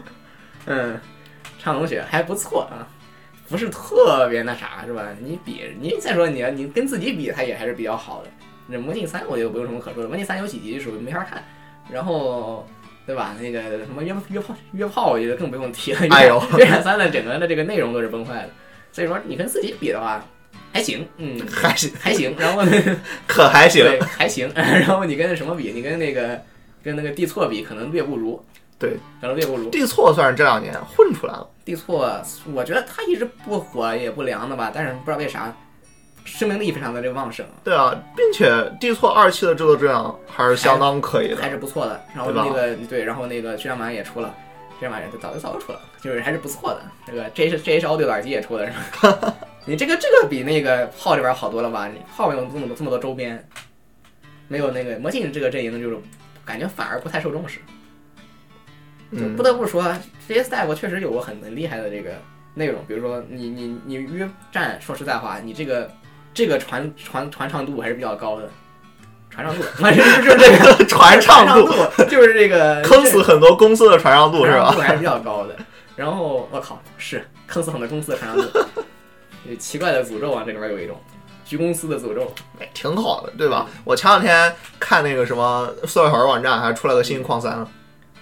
Speaker 2: 嗯，唱龙雪还不错啊，不是特别那啥是吧？你比你再说你要你跟自己比，它也还是比较好的。那魔镜三我就没有什么可说的，魔镜三有几集是没法看，然后对吧？那个什么约约炮约炮，我觉得更不用提了。
Speaker 1: 哎呦
Speaker 2: 约战三的整个的这个内容都是崩坏的，所以说你跟自己比的话，还行，嗯，
Speaker 1: 还行，
Speaker 2: 还行。然后呢？
Speaker 1: 可还行。
Speaker 2: 对，还行。 然后你跟什么比？你跟那个跟那个地错比，可能略不如。
Speaker 1: 对，
Speaker 2: 可能略不如。
Speaker 1: 地错算是这两年混出来了，
Speaker 2: 地错，我觉得他一直不火也不凉的吧，但是不知道为啥，生命力非常的这个旺盛，
Speaker 1: 对啊，并且地错二期的制作质量还是相当可以
Speaker 2: 还
Speaker 1: 的。
Speaker 2: 是不错的。然后
Speaker 1: 对吧
Speaker 2: 那个对然后那个巨量马也出了。这玩意儿就早就早就出了，就是还是不错的。这个 J H J H O 对耳机也出了是吧？ 你这个这个比那个炮这边好多了吧？你炮有这么多这么多周边，没有那个魔镜这个阵营就是感觉反而不太受重视。就
Speaker 1: 嗯
Speaker 2: 不，得不说这些 s t a 确实有过很很厉害的这个内容，比如说你你你约战，说实在话，你这个这个传传传唱度还是比较高的，传唱度，就是就是这个
Speaker 1: 传 唱
Speaker 2: 度
Speaker 1: 度，
Speaker 2: 就是这 个
Speaker 1: 坑死很多公司的传唱
Speaker 2: 这
Speaker 1: 度
Speaker 2: 个
Speaker 1: 是
Speaker 2: 传唱
Speaker 1: 吧？
Speaker 2: 度还是比较高的。然后我靠，是坑死很多公司的传唱度， 有奇怪的诅咒啊，这里面有一种局公司的诅咒，
Speaker 1: 哎挺好的，对吧？我前两天看那个什么四小人网站还出来个新矿三了，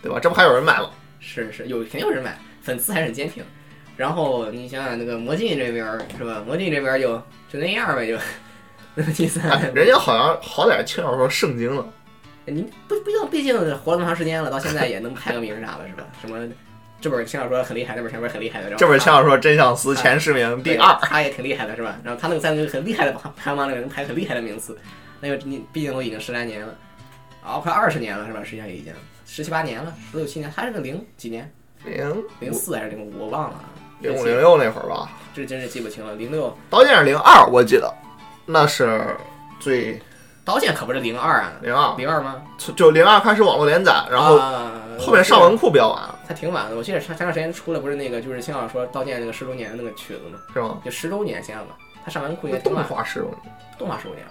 Speaker 1: 对吧？这不还有人买吗？
Speaker 2: 是是有肯定有人买，粉丝还是很坚挺。然后你想想那个魔镜这边儿是吧？魔镜这边儿就就那样儿呗，就那么第
Speaker 1: 哎
Speaker 2: 三，
Speaker 1: 人家好像好歹轻小说圣经了，
Speaker 2: 你不不要，毕竟活了那么长时间了，到现在也能排个名啥的，是吧？什么这本轻小说很厉害，那本轻小说很厉害的，然后
Speaker 1: 这本轻
Speaker 2: 他
Speaker 1: 小说真相
Speaker 2: 哎
Speaker 1: 思前十名第二，
Speaker 2: 他也挺厉害的是吧？然后他那个在那个很厉害的排排行榜里能排很厉害的名次，那个你毕竟都已经十来年了，啊、快二十年了是吧？实际上也已经十七八年了，十六七年，他是个零几年，
Speaker 1: 零
Speaker 2: 零四还是零五，我忘了啊，
Speaker 1: 零五零六那会儿吧，
Speaker 2: 这真是记不清了，零六
Speaker 1: 刀剑是零二，我记得那是最
Speaker 2: 刀剑可不是零二啊，
Speaker 1: 零二，
Speaker 2: 零二吗？
Speaker 1: 就零二开始网络连载，然后
Speaker 2: 啊
Speaker 1: 后面上文库比较晚了，
Speaker 2: 它挺晚的，我记得前前段时间出了不是那个就是青小说《刀剑》那个十周年的那个曲子吗？
Speaker 1: 是吗？
Speaker 2: 就十周年，想想吧，它上完库应
Speaker 1: 那
Speaker 2: 该挺
Speaker 1: 动
Speaker 2: 晚，
Speaker 1: 画是吗
Speaker 2: 动画十周年，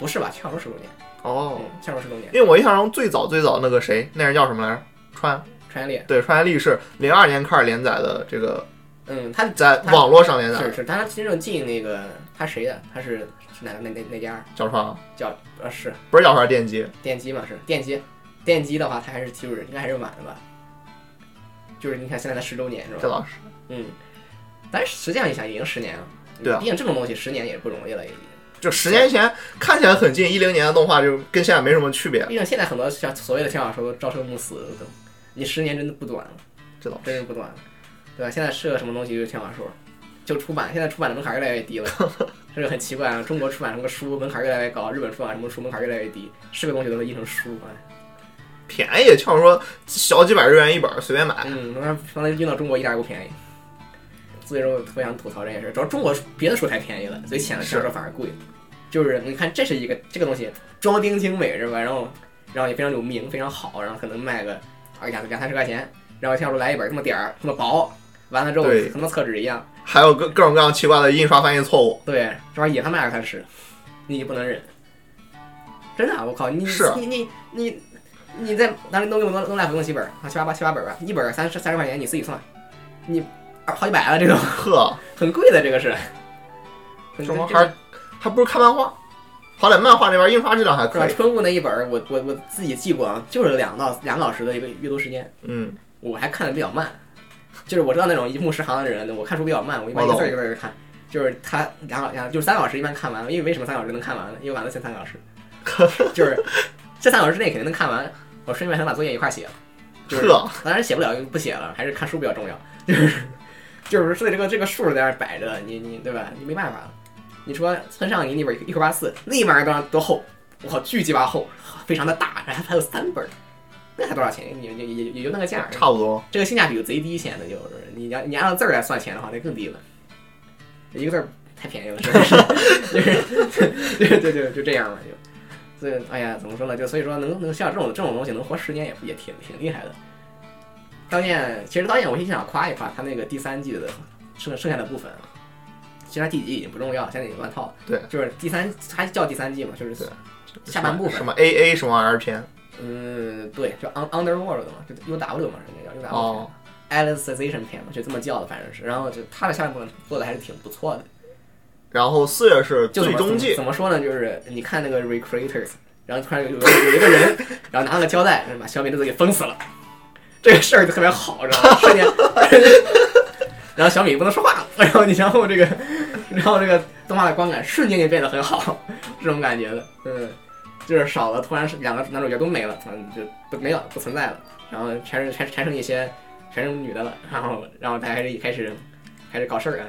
Speaker 2: 不是吧？青小说十周年，
Speaker 1: 哦
Speaker 2: 嗯，，青小说十周年，
Speaker 1: 因为我印象中最早最早那个谁，那人叫什么来着？川
Speaker 2: 穿越，
Speaker 1: 对川原丽是零二年开始连载的这个，
Speaker 2: 嗯，它
Speaker 1: 在网络上连载
Speaker 2: 是
Speaker 1: 的
Speaker 2: 是，但它真正进那个他谁的？他是是哪个那那那家
Speaker 1: 角川啊，
Speaker 2: 叫啊是
Speaker 1: 不是角川电机，
Speaker 2: 电机嘛？是电机，电机的话，它还是就是应该还是晚的吧？就是你看现在它十周年是吧？
Speaker 1: 这倒是
Speaker 2: 嗯，但是实际上一想，已经十年了。
Speaker 1: 对啊
Speaker 2: 毕竟这种东西十年也不容易了，也已经。
Speaker 1: 就十年前看起来很近，一零年的动画就跟现在没什么区别，
Speaker 2: 毕竟现在很多像所谓的小说都朝生暮死的都，你十年真的不短了，
Speaker 1: 这倒
Speaker 2: 真是不短了，对吧？现在是个什么东西就是小说，就出版，现在出版的门槛越来越 低了，这个很奇怪啊。中国出版什么书门槛越来越高，日本出版什么书门槛越来越低，是个东西都是译成书啊。
Speaker 1: 便宜，像说小几百日元一本儿，随便买。
Speaker 2: 嗯，那刚才运到中国一点儿也不便宜。所以说，我特别想吐槽这件事。主要中国别的书太便宜了，所以显得小说反而贵。就是你看，这是一个这个东西装订精美是吧？然后然后也非常有名，非常好，然后可能卖个啊两两三十块钱，然后跳出来一本这么点儿，这么薄，完了之后
Speaker 1: 对
Speaker 2: 跟他妈厕纸一样，
Speaker 1: 还有各各种各样奇怪的印刷翻译错误。
Speaker 2: 对，这玩意儿也他妈二三十，你不能忍。真的啊，我靠，你
Speaker 1: 是啊
Speaker 2: 你你你你在当时弄弄弄 life 弄几本儿啊？七八八七八本儿吧，一本儿三十三十块钱，你自己算，你二好几百了，啊这个
Speaker 1: 呵，
Speaker 2: 很贵的，这个是。很
Speaker 1: 什么
Speaker 2: 这个
Speaker 1: 还还不如看漫画，好歹漫画那边印刷质量还
Speaker 2: 是吧？
Speaker 1: 可以。
Speaker 2: 春雾那一本儿，我我我自己记过啊，就是两到两个小时的一个阅读时间，
Speaker 1: 嗯，
Speaker 2: 我还看的比较慢。就是我知道那种一目十行的人，我看书比较慢，我一般一
Speaker 1: 我
Speaker 2: 个
Speaker 1: 懂
Speaker 2: 字儿一个字儿看。就是他两个两就是三个小时一般看完了，因为为什么三个小时能看完呢？因为晚了才三个 小时，就是这三个小时之内肯定能看完。我顺便想把作业一块儿写了，就是
Speaker 1: 呵，
Speaker 2: 当然写不了就不写了，还是看书比较重要。就是就是所以这个这个数在那儿摆着，你你对吧？你没办法了。你说村上你那本一块八四，那一本多多厚？我靠，巨鸡巴厚，非常的大，然后还有三本，那还多少钱？也也也也就那个价儿，
Speaker 1: 差不多。
Speaker 2: 这个性价比就贼低，现在就是你要你按照字儿来算钱的话，那更低了，一个字儿太便宜了，真的是，就是，对对对，就这样了就。所以，哎呀，怎么说呢？就所以说能，能像这种这种东西能活十年也也挺挺厉害的。导演，其实导演，我也想夸一夸他那个第三季的剩剩下的部分啊，其实他第几季已经不重要，现在已经乱套了。
Speaker 1: 对
Speaker 2: 就是第三，他叫第三季嘛，就是
Speaker 1: 对
Speaker 2: 下半部分
Speaker 1: 什么 A A 什么玩意儿篇，
Speaker 2: 嗯，对，就 Un Underworld 嘛，就 U W 嘛，人家叫 U W 片、
Speaker 1: 哦
Speaker 2: Alicization 片嘛，就这么叫的，反正是。然后就它的下半部分做的还是挺不错的，
Speaker 1: 然后四月是
Speaker 2: 就怎
Speaker 1: 最
Speaker 2: 么
Speaker 1: 终季
Speaker 2: 怎，么说呢？就是你看那个 Recreators，然后突然有有有一个人，然后拿了个胶带，把小米粒子给封死了，这个事儿就特别好，知道吗？瞬间，然后小米不能说话了，然后你然后这个，然后这个动画的观感瞬间就变得很好，这种感觉的，嗯，就是少了，突然是两个男主角都没了，嗯，就不没了，不存在了，然后全是全全剩一些全是女的了，然后然后大家还是一开始开始搞事儿啊，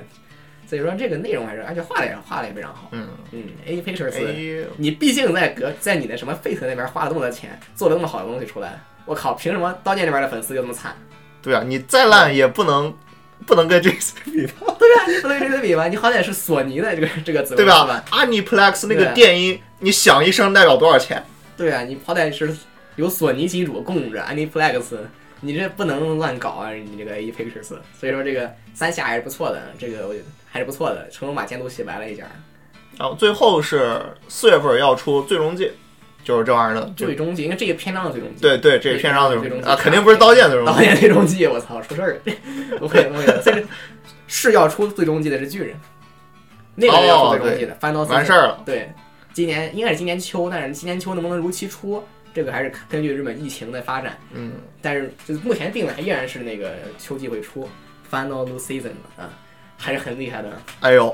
Speaker 2: 所以说这个内容还是，而且画的也画的也非常好，
Speaker 1: 嗯
Speaker 2: 嗯，A Pictures。
Speaker 1: ，A
Speaker 2: 你毕竟在隔在你的什么 Fate 那边花了那么多钱，做了那么好的东西出来，我靠，凭什么刀剑那边的粉丝就那么惨？
Speaker 1: 对啊，你再烂也不能不能跟这比吧，
Speaker 2: 对啊，你不能跟这比吧？你好歹是索尼的这个这个子公司
Speaker 1: 对吧？？Aniplex 那
Speaker 2: 对
Speaker 1: 个电音，你响一声代表多少钱？
Speaker 2: 对啊，你好歹是有索尼金主供着 Aniplex，你这不能乱搞啊！你这个 E Pictures，所以说这个三下还是不错的，这个我觉得还是不错的，成功把监督洗白了一下。
Speaker 1: 然啊后最后是四月份要出最终季，就是这玩意儿的，就
Speaker 2: 最终季，因为这个篇章的最终季，
Speaker 1: 对对，这个
Speaker 2: 最
Speaker 1: 篇章
Speaker 2: 终
Speaker 1: 最终
Speaker 2: 最终
Speaker 1: 季
Speaker 2: 季
Speaker 1: 啊，肯定不是刀剑最终
Speaker 2: 导
Speaker 1: 季，
Speaker 2: 演最终季，我操，出事儿了，不会不会的，这是是要出最终季的是巨人，那个要出最终季的，翻到
Speaker 1: 哦完事儿了。
Speaker 2: 对，今年应该是今年秋，但是今年秋能不能如期出，这个还是看根据日本疫情的发展。
Speaker 1: 嗯，
Speaker 2: 但是就是目前定的还依然是那个秋季会出 Final New Season 啊，还是很厉害的。
Speaker 1: 哎呦，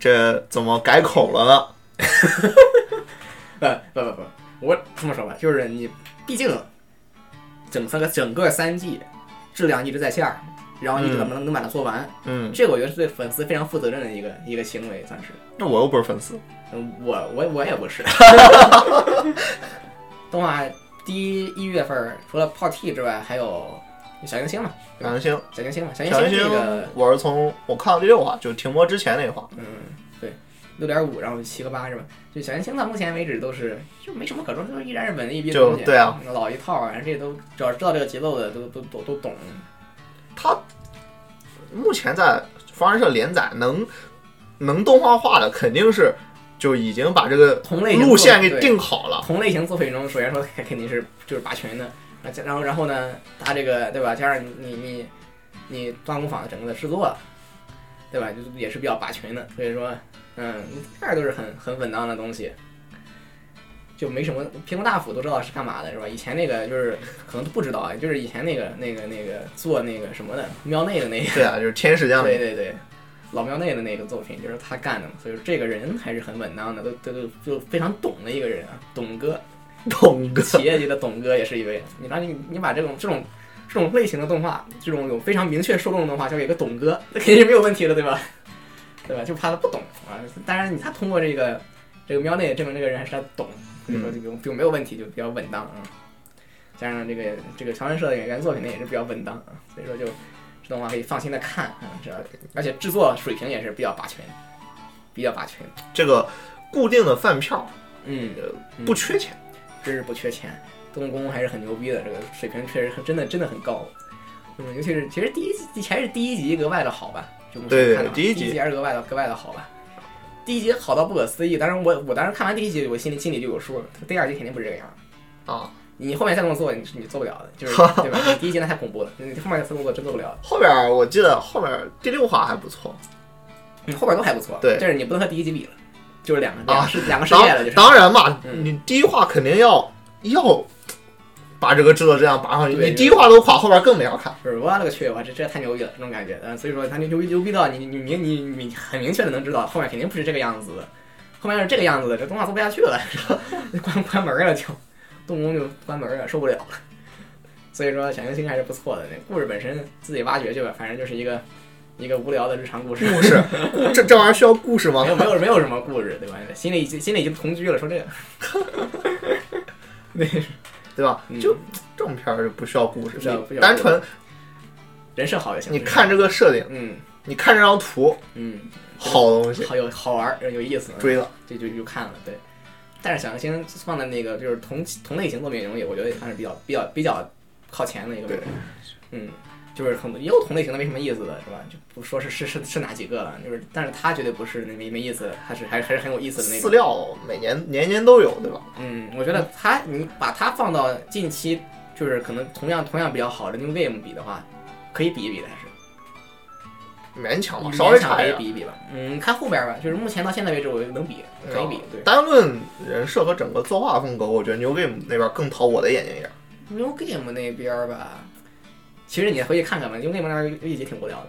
Speaker 1: 这怎么改口了呢？
Speaker 2: 呃，不不不，我这么说吧，就是你毕竟整三个整个三季质量一直在下儿，然后一直怎么能能把它做完，
Speaker 1: 嗯，
Speaker 2: 这个我觉得是对粉丝非常负责任的一个一个行为，算是。
Speaker 1: 那我又不是粉丝，
Speaker 2: 嗯，我我我也不是。 动画第一一月份儿除了炮 T 之外，还有小行星嘛，
Speaker 1: 蓝星。
Speaker 2: 小行星嘛，小
Speaker 1: 小
Speaker 2: 行
Speaker 1: 行
Speaker 2: 星这
Speaker 1: 星
Speaker 2: 个，
Speaker 1: 我是从我看到第六话，就是停播之前那话，
Speaker 2: 嗯，对，六点五，然后七个八是吧？就小行星到目前为止都是就没什么可说，就是依然是文艺逼的
Speaker 1: 就
Speaker 2: 东西，
Speaker 1: 对啊，
Speaker 2: 老一套啊，这都只要知道这个节奏的都都都都懂。
Speaker 1: 它目前在方社连载能能动画化的，肯定是就已经把这个
Speaker 2: 同类型
Speaker 1: 路线给
Speaker 2: 对
Speaker 1: 定好了。
Speaker 2: 同类型作品中，首先说它肯定是就是霸权的，而且然后然后呢，它这个对吧？加上你你你你断工坊整个的制作，对吧？就是也是比较霸权的，所以说嗯，这儿都是很很稳当的东西，就没什么平工大辅都知道是干嘛的，是吧？以前那个就是可能都不知道啊，就是以前那个那个那个做那个什么的庙内的那个，
Speaker 1: 对啊，就是天使将
Speaker 2: 对
Speaker 1: 的，
Speaker 2: 对对，老庙内的那个作品就是他干的嘛，所以说这个人还是很稳当的，都都都就非常懂的一个人啊，董哥。
Speaker 1: 懂哥，
Speaker 2: 企业级的董哥也是一位。你让你你把这种这种这种类型的动画，这种有非常明确受众的动画交给一个董哥，那肯定是没有问题的，对吧？ 对吧？就怕他不懂啊。当然，你他通过这个这个喵内证明这个人还是他懂，所以
Speaker 1: 嗯
Speaker 2: 说就就就没有问题，就比较稳当啊。加上这个这个乔安社的演员作品呢也是比较稳当啊，所以说就这动画可以放心的看啊，这而且制作水平也是比较霸权，比较霸权，
Speaker 1: 这个固定的饭票
Speaker 2: 嗯。
Speaker 1: 不缺钱，
Speaker 2: 真是不缺钱。动工还是很牛逼的，这个水平确实很真的真的很高。嗯，尤其是其实第一集还是第一集格外的好吧，就目前
Speaker 1: 对
Speaker 2: 看到
Speaker 1: 第
Speaker 2: 第
Speaker 1: 一集
Speaker 2: 集还是格外的格外的好吧。第一集好到不可思议，当然我我当时看完第一集，我心里心里就有数了，第二集肯定不是这个样儿。
Speaker 1: 啊。
Speaker 2: 你后面再这么做，你是你做不了的， 就是对吧？你第一集那太恐怖了，你后面再这么做真做不了。
Speaker 1: 后边儿我记得后边儿第六话还不错
Speaker 2: 嗯，后边都还不错，
Speaker 1: 对
Speaker 2: 就是你不能和第一集比了，就是两个两
Speaker 1: 啊
Speaker 2: 个世，两个世
Speaker 1: 当
Speaker 2: 界了，就是
Speaker 1: 当然嘛，
Speaker 2: 嗯
Speaker 1: 你第一话肯定要要把这个制作质量拔上去，
Speaker 2: 对
Speaker 1: 你第一话都垮，后边儿更没法看。
Speaker 2: 就是我勒个去，我这这太牛逼了，这种感觉，嗯，所以说他牛牛逼牛逼到你你你你你你很明确的能知道后面肯定不是这个样子的，后面要是这个样子的，这动画做不下去了， 关关门了就，动工就关门了，受不了了。所以说《小行星》还是不错的，那故事本身自己挖掘去吧，反正就是一个一个无聊的日常故事，
Speaker 1: 故 事，故这这玩意儿需要故事吗
Speaker 2: 没？有没有没有什么故事，对吧？心里已经心里已经同居了，说这个，对，
Speaker 1: 对吧？
Speaker 2: 嗯
Speaker 1: 就这种片儿就不需要故事，
Speaker 2: 不需要
Speaker 1: 你
Speaker 2: 不需要
Speaker 1: 单纯
Speaker 2: 人设好就行。
Speaker 1: 你看这个设定，
Speaker 2: 嗯
Speaker 1: 你看这张图，
Speaker 2: 嗯，
Speaker 1: 好东西，
Speaker 2: 好有好玩儿，有意思，
Speaker 1: 追了。
Speaker 2: 就就就看了，对。但是小行星放在那个就是同同类型作品中也，我觉得也算是比较比较比较靠前的一个作品。嗯，就是很也有同类型的没什么意思的是吧？就不说是是是是哪几个了，就是但是他绝对不是那没没意思的，他是还是还是很有意思的那
Speaker 1: 饲
Speaker 2: 种。
Speaker 1: 料每年年年都有，对吧？
Speaker 2: 嗯，我觉得他你把它放到近期就是可能同样同样比较好的 New Game 比的话，可以比一比的还是。
Speaker 1: 勉强吧，
Speaker 2: 嗯
Speaker 1: 稍微
Speaker 2: 勉强
Speaker 1: 差
Speaker 2: 可
Speaker 1: 一
Speaker 2: 以
Speaker 1: 点。
Speaker 2: 比一比吧。嗯，看后边吧，就是目前到现在为止，我能比，可以比。对
Speaker 1: 单论人设和整个作画风格，我觉得 New Game 那边更讨我的眼睛一点。
Speaker 2: ，New Game 那边儿吧，其实你回去看看吧，New Game 那边儿有一集挺无聊的。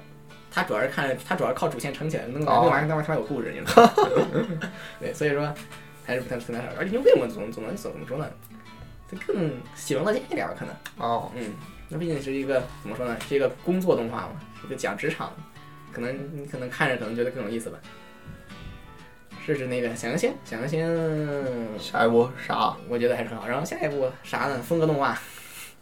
Speaker 2: 他主要是看，他主要是靠主线撑起来的，那个
Speaker 1: 哦
Speaker 2: 那玩意儿他妈他妈有故事，你知道吗？ 对，所以说还是不太不太好。而且 New Game 总总能怎么说呢？就更喜闻乐见一点吧，可能。
Speaker 1: 哦，
Speaker 2: 嗯，那毕竟是一个怎么说呢，是一个工作动画嘛，是一个讲职场的，可能你可能看着可能觉得更有意思吧。试试那个小行星，小行星，
Speaker 1: 下一步啥
Speaker 2: 我觉得还是很好。然后下一步啥呢？风格动画，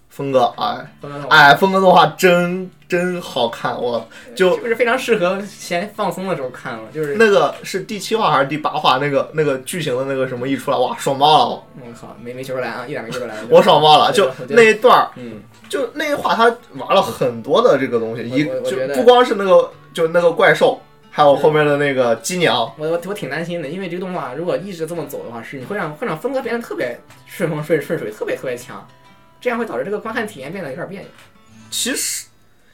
Speaker 1: 风格？哎
Speaker 2: 风格动画，
Speaker 1: 哎，风格动画真真好看，我就是
Speaker 2: 不是非常适合闲放松的时候看了？就是，
Speaker 1: 那个是第七话还是第八话？那个那个剧情的那个什么一出来，哇，爽爆了！
Speaker 2: 我靠，没没学出来啊，一点没学出来。
Speaker 1: 我，爽爆了！
Speaker 2: 对
Speaker 1: 就
Speaker 2: 的我觉得
Speaker 1: 那一段儿，
Speaker 2: 嗯，
Speaker 1: 就那一话，他玩了很多的这个东西，
Speaker 2: 我
Speaker 1: 一
Speaker 2: 我我
Speaker 1: 就
Speaker 2: 觉得
Speaker 1: 不光是那个，就那个怪兽，还有后面的那个机娘，
Speaker 2: 我我我挺担心的，因为这个动画如果一直这么走的话，是你会让会让风格变得特别顺风顺顺水，特别特别强，这样会导致这个观看体验变得有点别扭。
Speaker 1: 其实。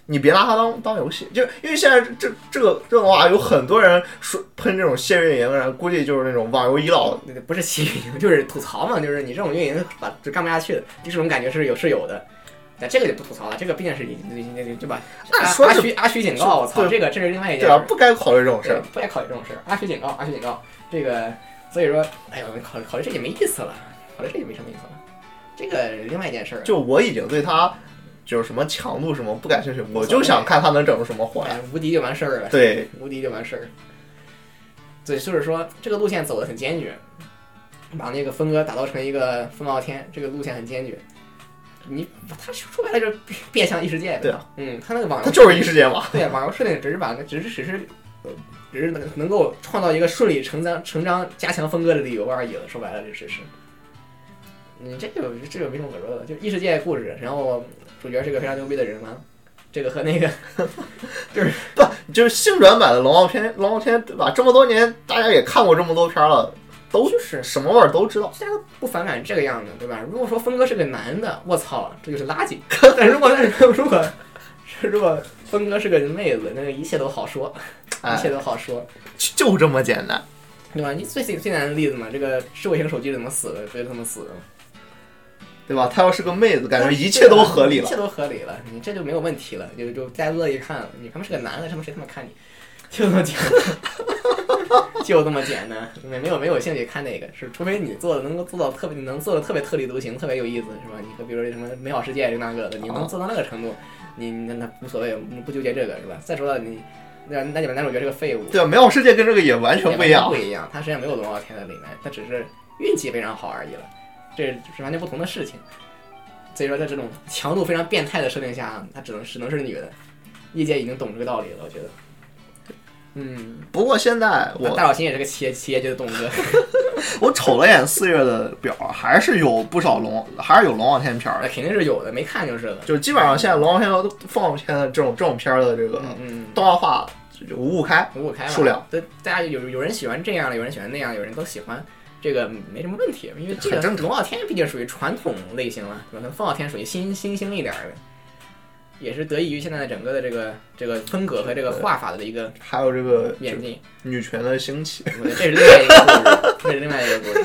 Speaker 1: 你别拿它当当游戏，就因为现在这这个这种话，有很多人说喷这种谢运营，然后估计就是那种网游医老
Speaker 2: 那不是欺运营，就是吐槽嘛，就是你这种运营把就干不下去的，这种感觉是有是有的。但这个就不吐槽了，这个毕竟是你你你你对吧？
Speaker 1: 那
Speaker 2: 阿
Speaker 1: 说
Speaker 2: 阿
Speaker 1: 是
Speaker 2: 虚阿虚警告，我操，
Speaker 1: 对
Speaker 2: 这个这是另外一件
Speaker 1: 对
Speaker 2: 事
Speaker 1: 吧？
Speaker 2: 儿，
Speaker 1: 不该考虑这种事
Speaker 2: 对
Speaker 1: 儿。
Speaker 2: 不该考虑这种事儿。阿虚警告，阿虚警告，这个所以说，哎呦，考虑考虑这也没意思了，考虑这也没什么意思了。这个另外一件事儿，
Speaker 1: 就我已经对它就是什么强度什么不感兴趣，
Speaker 2: 无
Speaker 1: 我
Speaker 2: 所
Speaker 1: 就
Speaker 2: 谓
Speaker 1: 想看它能整出什么火来。
Speaker 2: 哎无敌就完事儿了，
Speaker 1: 对，
Speaker 2: 无敌就完事儿。对，就是说这个路线走的很坚决，把那个风格打造成一个风傲天，这个路线很坚决。你他说白了就是变变相异世界呗。
Speaker 1: 对啊，
Speaker 2: 嗯，他那个网
Speaker 1: 它
Speaker 2: 游
Speaker 1: 就是异世界嘛。
Speaker 2: 对网游设定只是把只是只是呃只是能能够创造一个顺理成章成章加强风格的理由而已了。说白了，这只是。你这个这个没什么可说的，就异世界故事，然后主角是个非常牛逼的人嘛，这个和那个
Speaker 1: 就是性转版的龙傲天，龙傲天对吧？这么多年大家也看过这么多片儿了，都
Speaker 2: 就是
Speaker 1: 什么味儿都知道。
Speaker 2: 大家都不反感这个样子，对吧？如果说峰哥是个男的，我操，这就是 垃圾。但如果但是 如果如果峰哥是个妹子，那个一切都好说，一
Speaker 1: 哎
Speaker 2: 切，都好说，
Speaker 1: 就就这么简单。
Speaker 2: 对吧？你最最最难的例子嘛，这个智慧型手机是怎么死的？不是怎么死的？
Speaker 1: 对吧？她要是个妹子，感觉一切都合理
Speaker 2: 一
Speaker 1: 了
Speaker 2: 切。都合理了，你这就没有问题了，就就大家乐意看了。你他妈是个男的，他妈谁他妈看你？就这么简单， 就这么简单，没没有没有兴趣看那个，是除非你做的能够做到特别，你能做的特别特立独行，特别有意思，是吧？你和比如说什么美好世界这那个的，
Speaker 1: 哦
Speaker 2: 你能做到那个程度，你你那无所谓，不纠结这个是吧？再说了你，那那你们男主角是个废物，
Speaker 1: 对啊，美好世界跟这个也完全不一样
Speaker 2: 不。一样，它实际上没有龙傲天在里面，它只是运气非常好而已了，这是完全不同的事情。所以说，在这种强度非常变态的设定下，它只能只能是女的。业界已经懂这个道理了，我觉得。嗯，
Speaker 1: 不过现在
Speaker 2: 那
Speaker 1: 我
Speaker 2: 大小新也是个企业企业级的动哥，
Speaker 1: 我瞅了眼四月的表，啊还是有不少龙，还是有龙傲天片儿
Speaker 2: 那
Speaker 1: 的，
Speaker 2: 肯定是有的，没看就是了。
Speaker 1: 就是基本上现在龙傲天都放片的这种这种片儿的这个
Speaker 2: 嗯，
Speaker 1: 动画化就五五开，
Speaker 2: 五五开嘛，
Speaker 1: 数量
Speaker 2: 对，大家有有人喜欢这样的，有人喜欢那样，有人都喜欢。这个没什么问题，因为这个
Speaker 1: 很正
Speaker 2: 龙傲天毕竟属于传统类型了，对吧？风傲天属于新新兴一点儿的，也是得益于现在的整个的这个这个风格和这个画法的一个
Speaker 1: 还有这个
Speaker 2: 演进。
Speaker 1: 女权的兴起。
Speaker 2: 我觉得这是另外一个故事，这是另外一个故事。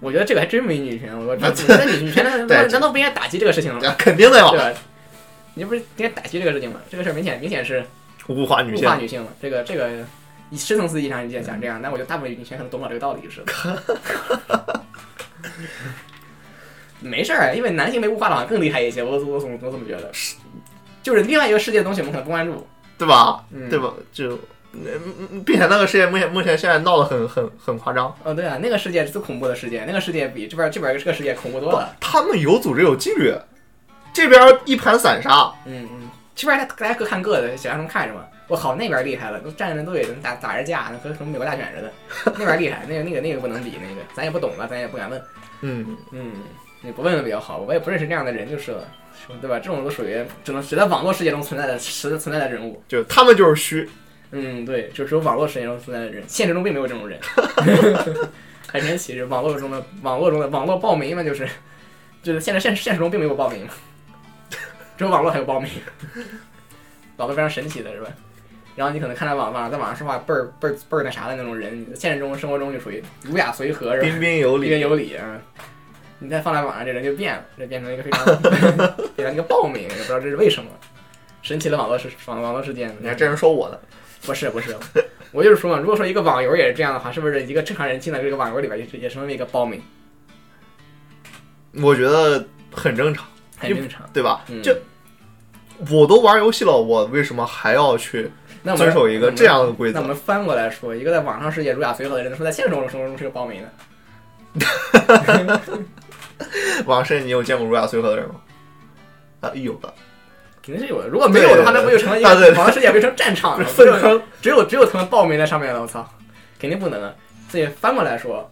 Speaker 2: 我觉得这个还真没女权，我那女女权难道
Speaker 1: 啊对
Speaker 2: 难道不应该打击这个事情吗？
Speaker 1: 肯定的
Speaker 2: 对
Speaker 1: 呀，
Speaker 2: 吧？你不是应该打击这个事情吗？这个事儿明显明显是
Speaker 1: 物化女
Speaker 2: 物
Speaker 1: 性
Speaker 2: 化。女性了。这个这个，以深层次意义上讲这样，但我觉得大部分女权可能懂不了这个道理，就是的。 没事儿，因为男性被物化的好像更厉害一些，我我总我总觉得，就是另外一个世界的东西，我们可能不关注。
Speaker 1: 对吧？
Speaker 2: 嗯
Speaker 1: 对吧？就，嗯嗯并且那个事件目前目前现在闹得很很很夸张。
Speaker 2: 哦，对啊，那个世界是最恐怖的世界，那个世界比这边这边这个世界恐怖多
Speaker 1: 不
Speaker 2: 了。，
Speaker 1: 他们有组织有纪律，这边一盘散沙，
Speaker 2: 嗯嗯，这边大家各看各的，想让他们看什么？我靠，那边厉害了，都站着都也能打打着架，和和美国大选似的。 那边厉害，那个那个那个不能比，那个咱也不懂了，咱也不敢问。
Speaker 1: 嗯，
Speaker 2: 嗯，你不问问比较好，我也不认识这样的人就是了，对吧？这种都属于只能只在网络世界中存在的实存在的人物。
Speaker 1: 就他们就是虚，
Speaker 2: 嗯，对，就只有网络世界中存在的人，现实中并没有这种 人，很神奇。是网络中的网络中的网络暴民嘛，就是就是现在现实现实中并没有暴民嘛，只有网络还有暴民，网络非常神奇的是吧？然后你可能看到网网上在网上说话倍儿倍儿倍儿那啥的那种人，现实中生活中就属于儒雅随和是吧？
Speaker 1: 彬彬有
Speaker 2: 彬彬
Speaker 1: 礼。
Speaker 2: 有礼啊。你再放在网上，这人就变了，这变成一个 非常变成一个暴民，也不知道这是为什么。神奇的网络是网网络事件，
Speaker 1: 你还真是说我呢，
Speaker 2: 不是不是，我就是说嘛，如果说一个网游也是这样的话，是不是一个正常人进到这个网游里边也是也成为一个暴民，
Speaker 1: 我觉得很正常，
Speaker 2: 很正常。
Speaker 1: 对吧？
Speaker 2: 嗯，
Speaker 1: 就我都玩游戏了，我为什么还要去
Speaker 2: 那我们
Speaker 1: 遵守一个这样的规
Speaker 2: 那我
Speaker 1: 则？
Speaker 2: 们翻过来说，一个在网上世界儒雅随和的人，说在现实中生活中是个暴民呢？
Speaker 1: 王胜，你有见过儒雅随和的人吗？啊，有吧，
Speaker 2: 肯定是有的。如果没有的话，
Speaker 1: 对
Speaker 2: 那不就成了一个
Speaker 1: 啊对对
Speaker 2: 网络世界变成战 场了？
Speaker 1: 粪坑。
Speaker 2: 只有只有他们暴民在上面了，我操，肯定不能啊！所以翻过来说，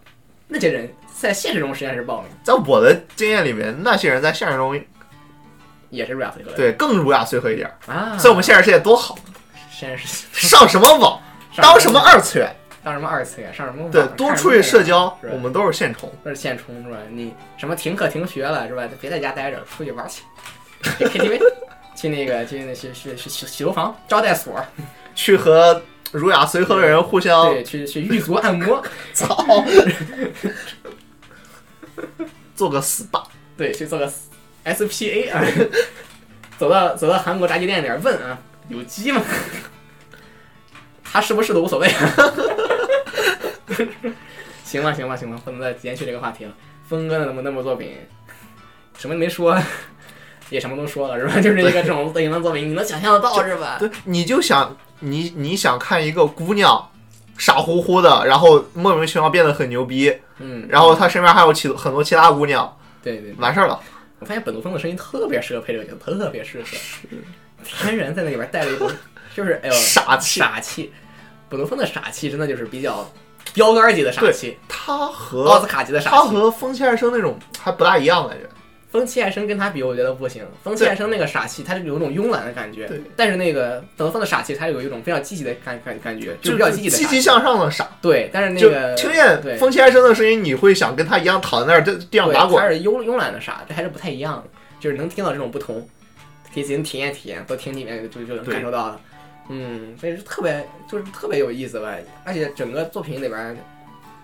Speaker 2: 那些人在现实中实际上是暴民，
Speaker 1: 在我的经验里面，那些人在现实中
Speaker 2: 也是 rap 一个
Speaker 1: 对更儒雅随和一点儿，
Speaker 2: 啊，
Speaker 1: 所以我们现实世界多好，
Speaker 2: 实验室
Speaker 1: 上什 么网，当什么二次元，
Speaker 2: 啊当什么二次元，上什么网
Speaker 1: 对，多出去社，交，
Speaker 2: 是吧
Speaker 1: 我们都是现充。
Speaker 2: 都是现充是吧？你什么停课停学了是吧？就别在家待着，出去玩去，去 KTV，去 那个去那去去去洗洗头房、招待所，
Speaker 1: 去和儒雅随和的人互相
Speaker 2: 对，去去狱卒按摩，
Speaker 1: 哦 操，做个 SPA，
Speaker 2: 对，去做个 SPA 啊， 走到走到韩国炸鸡店里边问啊，有鸡吗？ 他是不是都无所谓。 行吧，行吧，行吧，不能再延续这个话题了。峰哥的那么那么作品，什么都没说，也什么都说了，是吧？就是一个这种类型的作品，你能想象得到是吧？
Speaker 1: 对，你就想你你想看一个姑娘傻乎乎的，然后莫名其妙变得很牛逼，
Speaker 2: 嗯，
Speaker 1: 然后她身边还有其很多其他姑娘，
Speaker 2: 对对，
Speaker 1: 完事儿了。
Speaker 2: 我发现本杜峰的声音特别适合配这个角色，特别适合，天然在那里边带了一股， 就是哎呦
Speaker 1: 傻气
Speaker 2: 傻气，本杜峰的傻气真的就是比较标杆级的傻气，
Speaker 1: 她
Speaker 2: 奥斯
Speaker 1: 和
Speaker 2: 卡级的傻
Speaker 1: 她
Speaker 2: 气。
Speaker 1: 和风先生那种还不大一样感觉，
Speaker 2: 风气爱生跟他比，我觉得不行。风气爱生那个傻气，他是有一种慵懒的感觉
Speaker 1: 对，
Speaker 2: 但是那个本杜峰的傻气，他有一种非常积极的感感感觉，就
Speaker 1: 就
Speaker 2: 比较
Speaker 1: 是
Speaker 2: 积极的
Speaker 1: 积
Speaker 2: 傻
Speaker 1: 极
Speaker 2: 气。
Speaker 1: 向上的傻。
Speaker 2: 对，但是那
Speaker 1: 就
Speaker 2: 个
Speaker 1: 听
Speaker 2: 对
Speaker 1: 见风先生的声音，你会想跟他一样躺在那儿地地上
Speaker 2: 对，
Speaker 1: 打滚
Speaker 2: 他。是慵慵懒的傻，这还是不太一样的，就是能听到这种不同，可以自行体验体验，多听几遍就就能
Speaker 1: 对
Speaker 2: 感受到了。嗯，所以是特别就是特别有意思吧，而且整个作品里边儿，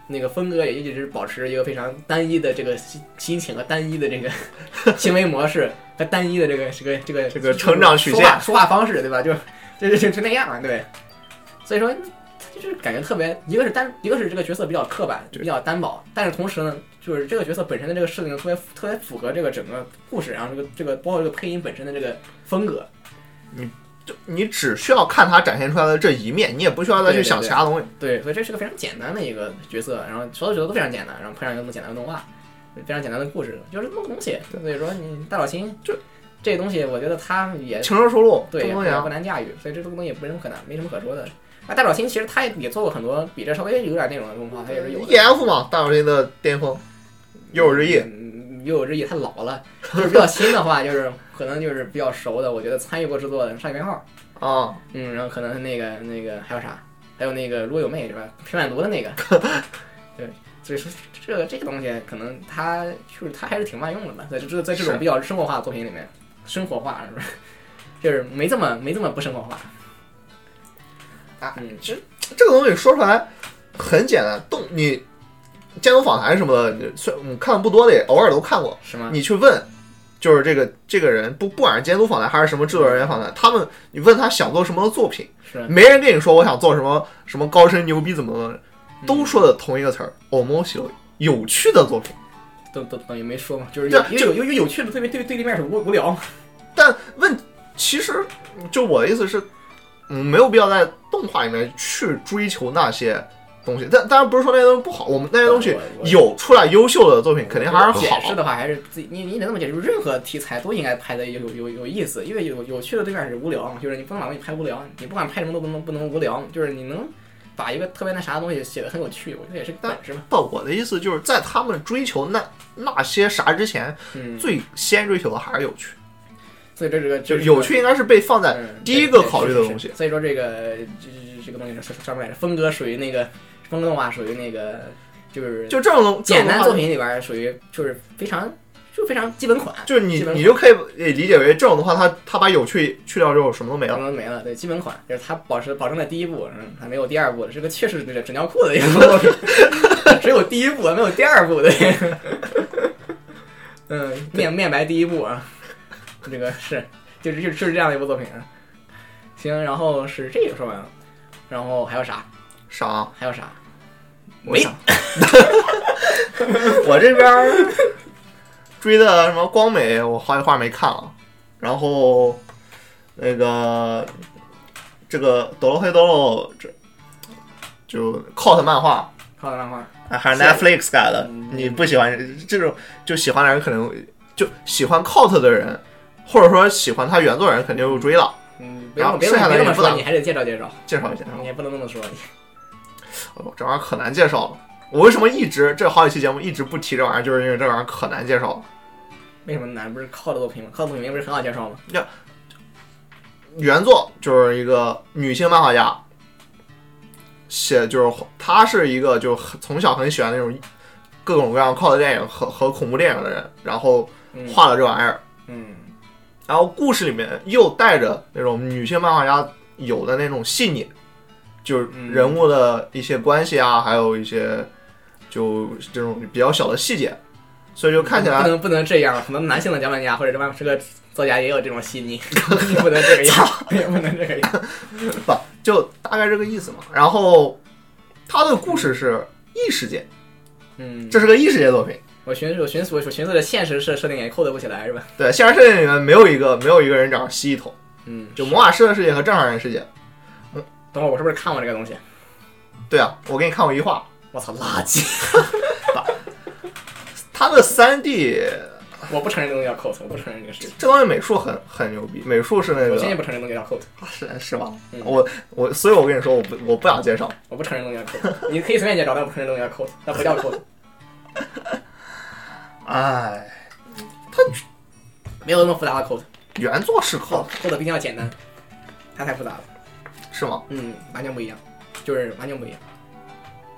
Speaker 2: 那个峰哥也一直保持一个非常单一的这个心心情和单一的这个 行为模式和单一的这个这个这个
Speaker 1: 这个成长曲线
Speaker 2: 说话说话方式对吧？就就就就那样啊，对。所以说，就是感觉特别，一个是单，一个是这个角色比较刻板，
Speaker 1: 对
Speaker 2: 比较单薄，但是同时呢，就是这个角色本身的这个设定特别特别符合这个整个故事，然后这个这个包括这个配音本身的这个风格，
Speaker 1: 就你只需要看他展现出来的这一面，你也不需要再去想其他东西。
Speaker 2: 对，所以这是个非常简单的一个角色，然后所有角色都非常简单，然后配上一个那么简单的动画，非常简单的故事，就是那么个东西。所以说你大老秦
Speaker 1: 就
Speaker 2: 这东西，我觉得他也
Speaker 1: 情车熟路，
Speaker 2: 对
Speaker 1: 中
Speaker 2: 也
Speaker 1: 风
Speaker 2: 不
Speaker 1: 阳
Speaker 2: 不难驾驭，所以这东西也不是什么可难，没什么可说的。啊，大爪星其实他也做过很多比这稍微有点内容的动画，他也是有的。
Speaker 1: EF ，E 嘛，大手心的巅峰，又有日益，
Speaker 2: 嗯，又有日益太老了，就是比较新的话，就是可能就是比较熟的，我觉得参与过制作的上一编号，
Speaker 1: 啊，
Speaker 2: 嗯，然后可能那个那个还有啥，还有那个若有妹是吧？平板读的那 个，对，所以说这个这个东西可能它就是它还是挺万用的吧，在这在这种
Speaker 1: 是
Speaker 2: 比较生活化的作品里面，生活化是不是？ 就是没这么没这么不生活化，
Speaker 1: 啊
Speaker 2: 嗯，
Speaker 1: 这个东西说出来很简单，动你监督访谈什么的，你虽我看的不多的，也偶尔都看过。
Speaker 2: 是吗？
Speaker 1: 你去问，就是这个这个人不不管是监督访谈还是什么制作人员访谈，他们你问他想做什么作品，
Speaker 2: 是
Speaker 1: 没人跟你说我想做什么什么高深牛逼怎么怎么，
Speaker 2: 嗯
Speaker 1: 都说的同一个词儿，omosio，有趣的作品。
Speaker 2: 都都等于没说嘛，就是
Speaker 1: 对
Speaker 2: 有
Speaker 1: 啊
Speaker 2: 因为有因为有趣的对面对对立面是无无聊嘛，
Speaker 1: 但问其实就我的意思是，嗯，没有必要在动画里面去追求那些。东西，但当然不是说那些东西不好，我们那些东西
Speaker 2: 我我
Speaker 1: 有出来优秀的作品，肯定还是
Speaker 2: 解释
Speaker 1: 好。
Speaker 2: 的话，还是自己你你得这么解释，任何题材都应该拍的有有有有意思，因为有有趣的对面是无聊嘛，就是你不能老给你拍无聊，你不管拍什么都不能不能无聊，就是你能把一个特别那啥的东西写的很有趣，我觉得也是个本事吧。
Speaker 1: 不，我的意思就是在他们追求那那些啥之前，
Speaker 2: 嗯，
Speaker 1: 最先追求的还是有趣。
Speaker 2: 所以这这个
Speaker 1: 就
Speaker 2: 就是
Speaker 1: 有趣应该是被放在
Speaker 2: 嗯
Speaker 1: 第一个考虑的东西
Speaker 2: 是是。所以说这个这这这个东西是上面来着，峰哥属于那个峰哥动画属于那个就是
Speaker 1: 就这种东这种
Speaker 2: 简单
Speaker 1: 话
Speaker 2: 作品里边属于就是非常就非常基本款，
Speaker 1: 就是你
Speaker 2: 基本款
Speaker 1: 你就可以理解为这种的话，他他把有趣去掉之后，什么都没
Speaker 2: 可
Speaker 1: 了。
Speaker 2: 能没了，对，基本款就是它保持保证了第一部，嗯，还没有第二部，是个确实纸纸尿裤的一个 作品， 只有第一部，没有第二部的。 嗯，面面白第一部啊，这个是就是就是就是这样的一部作品啊。行，然后是这个说完了，然后还有啥？
Speaker 1: 啥？
Speaker 2: 还有啥？
Speaker 1: 我
Speaker 2: 没
Speaker 1: 想， 我这边儿追的什么光美，我好几话没看了。然后那个这个哆罗黑哆罗这就 cult 漫画。哎
Speaker 2: 靠的漫画，
Speaker 1: 还是
Speaker 2: 是
Speaker 1: Netflix 改的
Speaker 2: 嗯，
Speaker 1: 你不喜欢这种就喜欢的人，可能就喜欢 cult 的人，或者说喜欢他原作人，肯定就追了。
Speaker 2: 嗯，别
Speaker 1: 然后
Speaker 2: 别
Speaker 1: 剩下的
Speaker 2: 别这
Speaker 1: 也
Speaker 2: 么
Speaker 1: 不
Speaker 2: 说，
Speaker 1: 打
Speaker 2: 你还得介绍介绍，
Speaker 1: 介绍一下，
Speaker 2: 你也不能这么说，
Speaker 1: 哦这玩意儿可难介绍了。我为什么一直这好几期节目一直不提这玩意儿，就是因为这玩意儿可难介绍了。
Speaker 2: 为什么难？不是靠的作品吗？靠的作品不是很好介绍吗？
Speaker 1: 原作就是一个女性漫画家写，就是她是一个就很从小很喜欢那种各种各样 cult 电影和和恐怖电影的人，然后
Speaker 2: 嗯
Speaker 1: 画了这玩意儿。
Speaker 2: 嗯
Speaker 1: 然后故事里面又带着那种女性漫画家有的那种细腻，就是人物的一些关系啊，还有一些就这种比较小的细节，所以就看起
Speaker 2: 不
Speaker 1: 来
Speaker 2: 能不能这样，可能男性的脚本家或者这帮这个作家也有这种细腻， 不能这个样，也不能这个样。
Speaker 1: 不就大概这个意思嘛。然后他的故事是异世界，
Speaker 2: 嗯，
Speaker 1: 这是个异世界作品。
Speaker 2: 我寻思我寻思我寻思着现实设设定也扣得不起来是吧？
Speaker 1: 对，现实世界里面没有一个没有一个人长蜥蜴头，
Speaker 2: 嗯，
Speaker 1: 就魔法师的世界和正常人世界。
Speaker 2: 等会儿我是不是看过这个东西？
Speaker 1: 对啊，我给你看过一画，
Speaker 2: 我操，垃圾！
Speaker 1: 他的三 D
Speaker 2: 我不承认这东西叫 cult，我不承认这个事情，
Speaker 1: 这东西美术很很牛逼，美术是那
Speaker 2: 我
Speaker 1: 个啊
Speaker 2: 坚决不承认东西叫 cult，
Speaker 1: 是是吧？
Speaker 2: 嗯
Speaker 1: 我我，所以我跟你说，我不我不想介绍。
Speaker 2: 我不承认东西叫 cult。你可以随便介绍，但我不承认东西叫 cult，那不 叫 cult，
Speaker 1: 哎，
Speaker 2: 没有那么复杂的 cult。
Speaker 1: 原作是
Speaker 2: cult
Speaker 1: cult
Speaker 2: cult 毕竟要简单，它太复杂了。
Speaker 1: 是吗？
Speaker 2: 嗯，完全不一样，就是完全不一样。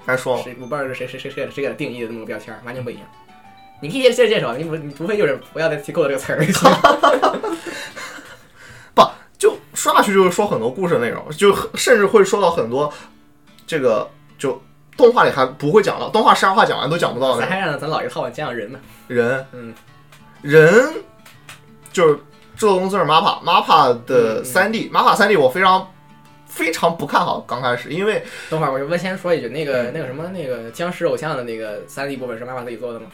Speaker 1: 还说
Speaker 2: 谁我不知道是谁谁谁谁谁给他定义的那么个标签儿，完全不一样。你可以接着介绍，你不你无非就是不要再提“够”这个词儿 就行。
Speaker 1: 不就说下去就是说很多故事内容，就甚至会说到很多这个就动画里还不会讲到，动画十二话讲完都讲不到
Speaker 2: 咱
Speaker 1: 的
Speaker 2: 还让咱老一套讲讲人呢，
Speaker 1: 人
Speaker 2: 嗯，
Speaker 1: 人就是制作公司是 MAPPA，MAPPA
Speaker 2: 嗯嗯
Speaker 1: 的三 D，MAPPA 三 D 我非常非常不看好，刚开始因为
Speaker 2: 等会儿我我先说一句，
Speaker 1: 嗯
Speaker 2: 那个那个什么那个僵尸偶像的那个三 D 部分是妈妈自己做的吗？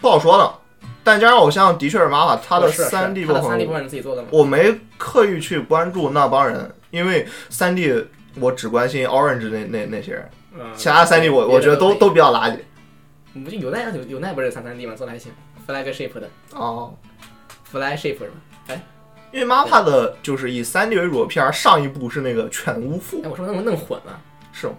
Speaker 1: 不好说呢。但加上偶像的确是 MAPPA，他的
Speaker 2: 哦是是
Speaker 1: 三 D
Speaker 2: 他
Speaker 1: 部
Speaker 2: 的
Speaker 1: 分
Speaker 2: 三 D 部分是自己做的吗？
Speaker 1: 我没刻意去关注那帮人，因为三 D 我只关心 Orange 那那那些人，
Speaker 2: 嗯，
Speaker 1: 其他三 D 我
Speaker 2: 别的
Speaker 1: 我觉得都
Speaker 2: 都可以
Speaker 1: 都比较垃圾。
Speaker 2: 不就有奈有有奈不是三三 D 吗？做的还行，flagship 的
Speaker 1: 哦，
Speaker 2: flagship 是吧？哎，
Speaker 1: 因为 MAPPA 的就是以三 D 为主的片儿，上一部是那个《犬巫妇
Speaker 2: 哎，》，我是不是弄弄混了
Speaker 1: 是吗？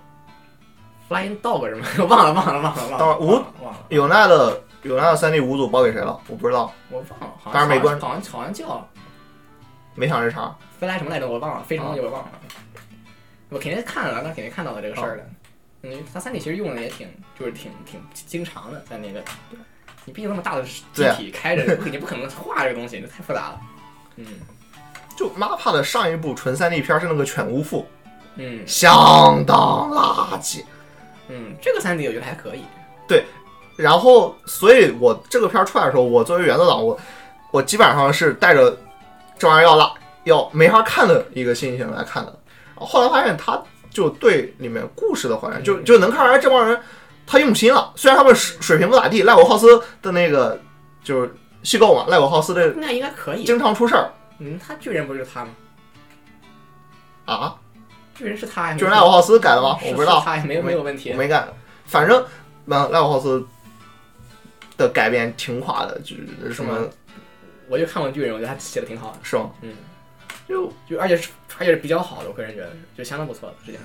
Speaker 2: ？Flying Dog 是吗？ 忘了忘了忘了忘
Speaker 1: 当
Speaker 2: 了，
Speaker 1: 然，五
Speaker 2: 忘了，
Speaker 1: 有奈的有奈的三 D 五组包给谁了？我不知道，
Speaker 2: 我忘了，好像
Speaker 1: 当然没关
Speaker 2: 好像好像叫
Speaker 1: 没想这茬。
Speaker 2: 飞来什么来着？我忘了，非
Speaker 1: 啊
Speaker 2: 常东西我忘了。我肯定看了，那肯定看到了这个事儿
Speaker 1: 啊
Speaker 2: 的。嗯，他三体其实用的也挺，就是挺挺经常的，在那个，你毕竟那么大的机
Speaker 1: 啊
Speaker 2: 体开着，你不可能画这个东西，这太复杂了。嗯
Speaker 1: 就 MAPPA 的上一部纯三 D 片儿是那个《犬巫妇
Speaker 2: 嗯》，
Speaker 1: 相当垃圾。
Speaker 2: 嗯，这个三体我觉得还可以。
Speaker 1: 然后，所以我这个片儿出来的时候，我作为原作党，我我基本上是带着这玩意儿要拉要没法看的一个心情来看的。然后后来发现，他就对里面故事的还原，就就能看出来这帮人他用心了。虽然他们水水平不咋地，赖果浩斯的那个就是虚构嘛，赖果浩斯的
Speaker 2: 那应该可以。
Speaker 1: 经常出事儿
Speaker 2: 嗯，他巨人不是他吗？
Speaker 1: 啊，
Speaker 2: 巨人是他呀，
Speaker 1: 就是赖果浩斯改的吗？
Speaker 2: 是
Speaker 1: 我不知道
Speaker 2: 是，他也没有没有问题啊
Speaker 1: 我。没干，反正那赖果浩斯的改编挺垮的，就是什
Speaker 2: 是
Speaker 1: 么
Speaker 2: 吗我就看过巨人，我觉得他写的挺好的，
Speaker 1: 是吗？
Speaker 2: 嗯，
Speaker 1: 就
Speaker 2: 就而且是而且是比较好的，我个人觉得就相当不错的，实际上。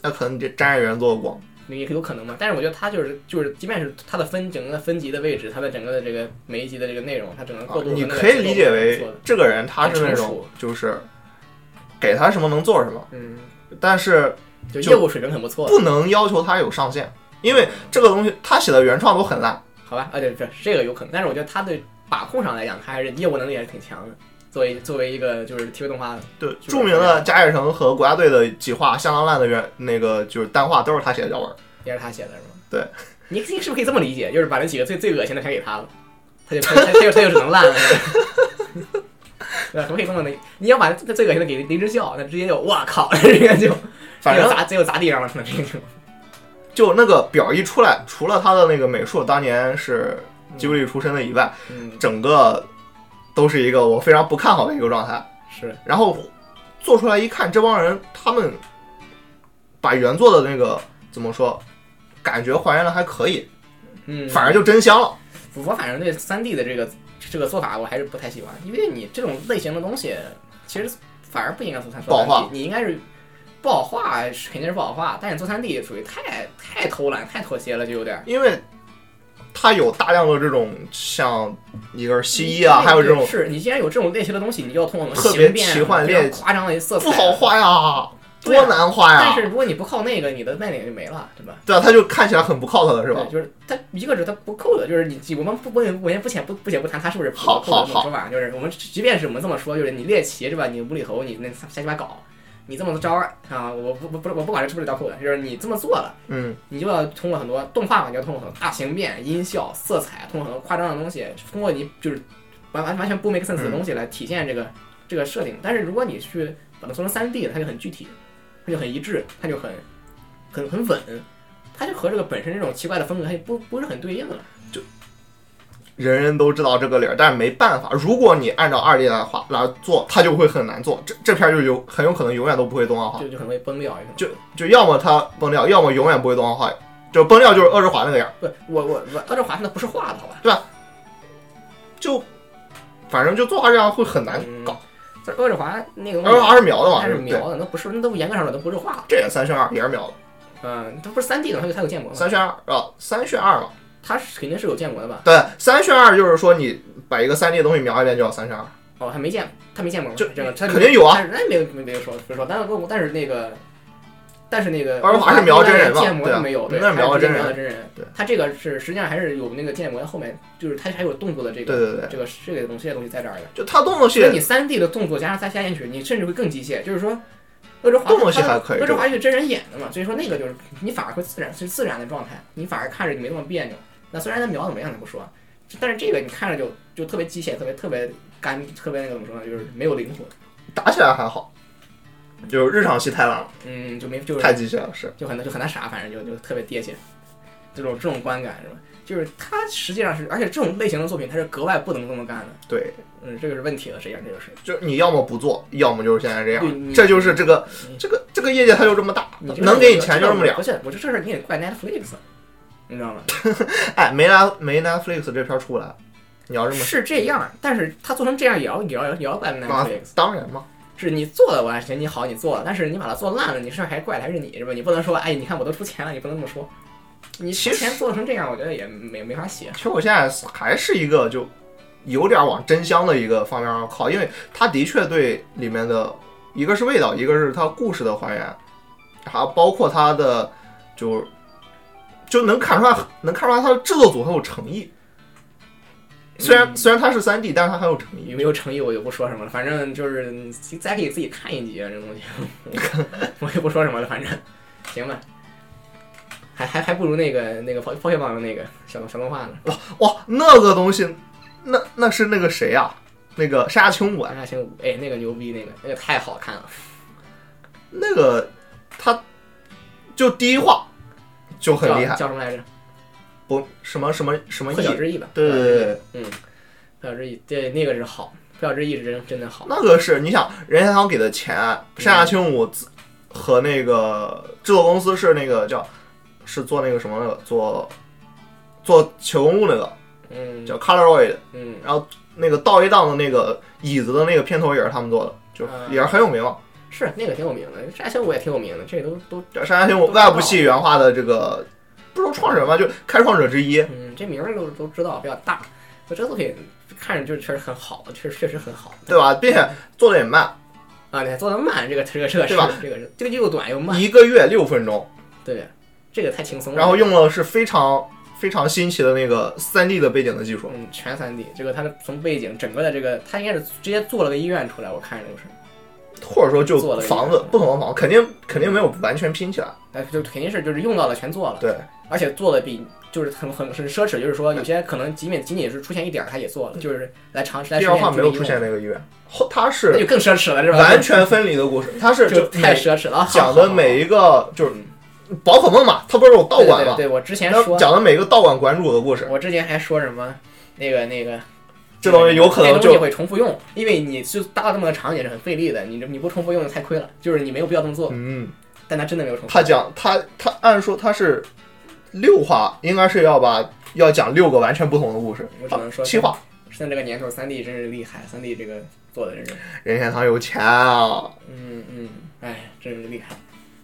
Speaker 1: 那可能得沾着原作的光。
Speaker 2: 那也有可能嘛。但是我觉得它就是就是，即便是它的分整个的分级的位置，它的整个的这个每一集的这个内容，它整个
Speaker 1: 啊
Speaker 2: 过渡、
Speaker 1: 你可以理解为这个人他是那
Speaker 2: 很成
Speaker 1: 种
Speaker 2: 熟
Speaker 1: 就是给他什么能做什么，
Speaker 2: 嗯，
Speaker 1: 但是
Speaker 2: 就
Speaker 1: 就
Speaker 2: 业务水平很不错，
Speaker 1: 不能要求他有上限，因为这个东西他写的原创都很烂。
Speaker 2: 好吧？啊对对，这个有可能。但是我觉得它对把控上来讲，它还是业务能力还是挺强的。作为作为一个就是 TV 动画，
Speaker 1: 对，
Speaker 2: 是
Speaker 1: 著名的加野城和国家队的几话相当烂的原那个就是单话都是他写的脚本。
Speaker 2: 也是他写的是吗？
Speaker 1: 对，
Speaker 2: 你你是不是可以这么理解？就是把那几个最最恶心的全给他了，他就他就他就他就只能烂了。 对，可不可以这么理？你要把最恶心的给林之笑，那直接就哇靠， 这个就
Speaker 1: 反
Speaker 2: 这
Speaker 1: 正
Speaker 2: 个砸，这就砸地上了，可能这种。
Speaker 1: 就那个表一出来，除了他的那个美术当年是吉卜力出身的以外，
Speaker 2: 嗯，
Speaker 1: 整个都是一个我非常不看好的一个状态。
Speaker 2: 是，
Speaker 1: 然后做出来一看，这帮人他们把原作的那个怎么说，感觉还原的还可以，
Speaker 2: 嗯，
Speaker 1: 反而就真香了。
Speaker 2: 我反正对三 D 的这个这个做法我还是不太喜欢，因为你这种类型的东西，其实反而不应该做三
Speaker 1: 不好画
Speaker 2: 你应该是不好画是肯定是不好画，但是做三 D 属于太太偷懒、太妥协了，就有点儿。
Speaker 1: 因为它有大量的这种像一根蜥蜴
Speaker 2: 嗯
Speaker 1: 啊，还有这种
Speaker 2: 是你既然有这种类型的东西，你就要通过
Speaker 1: 特别
Speaker 2: 形变啊
Speaker 1: 奇幻
Speaker 2: 非常
Speaker 1: 猎
Speaker 2: 夸张的色彩，
Speaker 1: 不好。画呀，多
Speaker 2: 对啊
Speaker 1: 难画呀
Speaker 2: 但，是如果你不靠那个，你的卖点就没了，对吧？
Speaker 1: 对啊，他就看起来很不靠他的是吧
Speaker 2: 对，？就是它一个是它不够的，就是你我们不不我先不浅不不浅不谈它是不是
Speaker 1: 好
Speaker 2: 不够
Speaker 1: 好
Speaker 2: 的这种说法，就是我们即便是我们这么说，就是你猎奇是吧？你无厘头，你那瞎鸡巴搞，你这么招儿啊，我不不不我不管这是不是倒扣的，就是你这么做了，
Speaker 1: 嗯，
Speaker 2: 你就要通过很多动画嘛，你要通过很多大形变、音效、色彩，通过很多夸张的东西，通过你就是完完完全不 make sense 的东
Speaker 1: 嗯
Speaker 2: 西来体现这个、这个设定。但是如果你去把它做成三 D 的，它就很具体，它就很一致，它就很很很稳，它就和这个本身这种奇怪的风格它就不不是很对应了。
Speaker 1: 人人都知道这个理儿，但是没办法，如果你按照二 D 来画来做，它就会很难做，这这片儿就有很有可能永远都不会动画化
Speaker 2: 就，就很容易崩掉，有可能
Speaker 1: 就就要么它崩掉，要么永远不会动画化，就崩掉就是恶之华那个样儿，
Speaker 2: 不，我我我，到这华那不是画的好吧？
Speaker 1: 就反正就做画这样会很难
Speaker 2: 嗯
Speaker 1: 搞，
Speaker 2: 这恶之华那个
Speaker 1: 恶之华是描的嘛，
Speaker 2: 嗯它是
Speaker 1: 对
Speaker 2: 描的，那不是那都严格上说那不是画的，
Speaker 1: 这也三选二也是描的。
Speaker 2: 嗯，它不是三 D 的，它有它有建模嘛，
Speaker 1: 三选二啊，三选二嘛。
Speaker 2: 它是肯定是有建模的吧？
Speaker 1: 对，三选二就是说你把一个三 D 的东西描一遍就叫三选二。
Speaker 2: 哦，他没见，他没见过吗？
Speaker 1: 就
Speaker 2: 这个，他
Speaker 1: 肯定有啊
Speaker 2: 但是哎那没有没没有说，不是说，但是但是那个，但是那个，
Speaker 1: 二十五还是描真人嘛
Speaker 2: 建模
Speaker 1: 对啊
Speaker 2: 都没有，对，
Speaker 1: 那是描
Speaker 2: 他
Speaker 1: 的
Speaker 2: 直接
Speaker 1: 真人
Speaker 2: 描的真人，
Speaker 1: 对，
Speaker 2: 他这个是实际上还是有那个建模的后面，就是他还有动作的这
Speaker 1: 对
Speaker 2: 个
Speaker 1: 对对，
Speaker 2: 这个这个东西这些东西在这儿的。
Speaker 1: 就他动作
Speaker 2: 所以你
Speaker 1: 戏，
Speaker 2: 三 D 的动作加上再加进去，你甚至会更机械，就是说。恶之华
Speaker 1: 动作戏还可以
Speaker 2: 恶之华是真人演的嘛，所以说那个就是你反而会自然是自然的状态，你反而看着你没那么别扭。那虽然他描怎么样咱不说，但是这个你看着就就特别机械，特别特别干，特别那个怎么说呢，就是没有灵魂，
Speaker 1: 打起来还好，就是日常戏太烂了，
Speaker 2: 嗯，就没就是
Speaker 1: 太机械了，是
Speaker 2: 就很就很那啥，反正就就特别蹩脚，这种这种观感是吧？就是它实际上是，而且这种类型的作品它是格外不能这么干的，
Speaker 1: 对。
Speaker 2: 嗯，这个是问题了，实际上这就是。
Speaker 1: 就你要么不做，要么就是现在这
Speaker 2: 对你
Speaker 1: 样，这就是这个
Speaker 2: 你
Speaker 1: 这个这个业界它就这么大，
Speaker 2: 你这个
Speaker 1: 能给你钱就这么
Speaker 2: 我
Speaker 1: 点儿
Speaker 2: 不。是，我这这事儿你得怪 Netflix，你知道吗？
Speaker 1: 哎，没来没 Netflix 这片儿出不来，你要这么
Speaker 2: 是这样，但是他做成这样也要也要也要怪
Speaker 1: 啊
Speaker 2: Netflix，，
Speaker 1: 当然嘛，
Speaker 2: 是你做了我还嫌你好，你做了，但是你把它做烂了，你是不是还怪的还是你是吧？你不能说哎，你看我都出钱了，你不能这么说。你
Speaker 1: 其
Speaker 2: 之
Speaker 1: 实
Speaker 2: 前做成这样，我觉得也没没法写。
Speaker 1: 其实我现在还是一个就有点往真香的一个方面上靠，因为它的确对里面的一个是味道，一个是它故事的还原，还包括它的就就能看出来，能看出来它的制作组很有诚意。虽然、
Speaker 2: 嗯
Speaker 1: 虽然它是三 D，但是它很有诚
Speaker 2: 有
Speaker 1: 意。
Speaker 2: 没有诚意我就不说什么了，反正就是你大家可以自己看一集啊，这东西我也不说什么了，反正行吧。还还还不如那个那个抛抛球棒的那个小小动画呢，
Speaker 1: 哇，那个东西，那那是那个谁呀、那个沙丘
Speaker 2: 咱
Speaker 1: 馆，
Speaker 2: 俩行，哎，那个牛逼，那个那个太好看了，
Speaker 1: 那个他就第一话就很厉
Speaker 2: 叫
Speaker 1: 害，
Speaker 2: 叫什么来着？
Speaker 1: 不什么什么什么意
Speaker 2: 会，角之翼吧？
Speaker 1: 对对对对。
Speaker 2: 会角之翼，对那个是好，会角之翼是真真的好。
Speaker 1: 那个是你想，任天堂给的钱，啊山下清武自和那个制作公司是那个叫是做那个什么那个做做九公物那个
Speaker 2: 嗯
Speaker 1: 叫 Coloroid，
Speaker 2: 嗯，
Speaker 1: 然后那个道一档的那个椅子的那个片头也是他们做的，就
Speaker 2: 嗯
Speaker 1: 也是很有名嘛。
Speaker 2: 是那个挺有名的，沙丘我也挺有名的，这都都
Speaker 1: 这山下清武外部系原画的这个不说创始人吧，就开创者之一。
Speaker 2: 嗯这名儿都都知道比较大，就这作品看着就确实很好，确实确实很好。
Speaker 1: 对吧？并且做的也慢，
Speaker 2: 啊，你还做的慢，这个这个这个是
Speaker 1: 对吧
Speaker 2: 这个是这个又短又慢，
Speaker 1: 一个月六分钟，
Speaker 2: 对，这个太轻松了。
Speaker 1: 然后用了是非常非常新奇的那个三 D 的背景的技术。
Speaker 2: 嗯全三 D，这个它的从背景整个的这个，它应该是直接做了个医院出来，我看着就是，
Speaker 1: 或者说就
Speaker 2: 做了一个
Speaker 1: 房子不同的房，肯定肯定没有完全拼起来。
Speaker 2: 但是就肯定是就是用到了全做了，
Speaker 1: 对，
Speaker 2: 而且做的比就是很很很奢侈，就是说有些可能仅仅仅仅是出现一点儿，它也做了，就是来尝试来
Speaker 1: 嗯第
Speaker 2: 实
Speaker 1: 二
Speaker 2: 验
Speaker 1: 话
Speaker 2: 这
Speaker 1: 没有
Speaker 2: 个应
Speaker 1: 出
Speaker 2: 用
Speaker 1: 现，那个医院，后它
Speaker 2: 那
Speaker 1: 是
Speaker 2: 就更奢侈了，是吧？
Speaker 1: 完全分离的故事，它是
Speaker 2: 就太
Speaker 1: 每
Speaker 2: 奢侈了，
Speaker 1: 讲的每
Speaker 2: 一
Speaker 1: 一个就是宝可梦嘛，它不是有道馆嘛，
Speaker 2: 对，哦我之前
Speaker 1: 它
Speaker 2: 说，
Speaker 1: 讲的每一个道馆馆主的故事，
Speaker 2: 我之前还说什么那个那个。
Speaker 1: 这东西有可能
Speaker 2: 那东西
Speaker 1: 就
Speaker 2: 会重复用，因为你就搭这么个场景是很费力的，你这你不重复用太亏了，就是你没有必要这么做。
Speaker 1: 嗯，
Speaker 2: 但它真的没有重复，
Speaker 1: 他讲他他按说他是六话，应该是要把要讲六个完全不同的故事
Speaker 2: 我只能，说
Speaker 1: 七话，
Speaker 2: 现在这个年头，三 D 真是厉害，三 D 这个做的真是，
Speaker 1: 任天堂有钱啊，
Speaker 2: 嗯嗯，哎，真是厉害。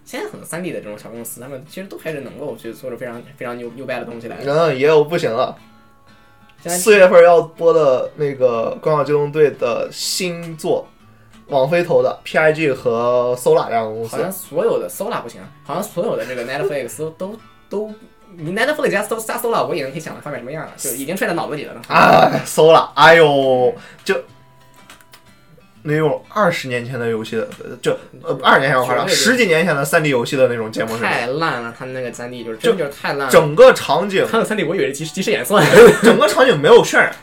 Speaker 2: 现在很多三 D 的这种小公司，他们其实都开始能够去做出非常非常牛牛掰的东西来了。
Speaker 1: 嗯，也有不行了。
Speaker 2: 现在
Speaker 1: 四月份要播的那个《光耀机动队》的新作，网飞投的 PIG 和 Sola 两个公
Speaker 2: 好
Speaker 1: 司
Speaker 2: 像，所有的 Sola 不行，啊 好像所有的这个 Netflix 都都都你 Netflix 加 So 加 Sola，我已经可以想到画面什么样了，就已经揣在脑子里了。
Speaker 1: 哎，Sola，哎呦，就那种二十年前的游戏的，呃就呃二十年前我夸张，
Speaker 2: 绝对
Speaker 1: 十几年前的三 D 游戏的那种建模水平，
Speaker 2: 太烂了，他们那个三 D 就是真就是太烂了。
Speaker 1: 整个场景，
Speaker 2: 他的三 D 我以为是即即视演算，
Speaker 1: 整个场景没有渲染，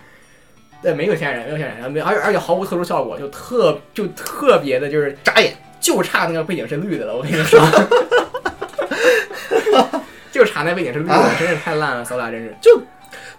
Speaker 2: 对，没有渲染，没有渲染，然后没有而且而且毫无特殊效果，就特就特别的就是
Speaker 1: 眨眼，
Speaker 2: 就差那个背景是绿的了，我跟你说，就差那背景是绿的，真是太烂了，搜拉真是。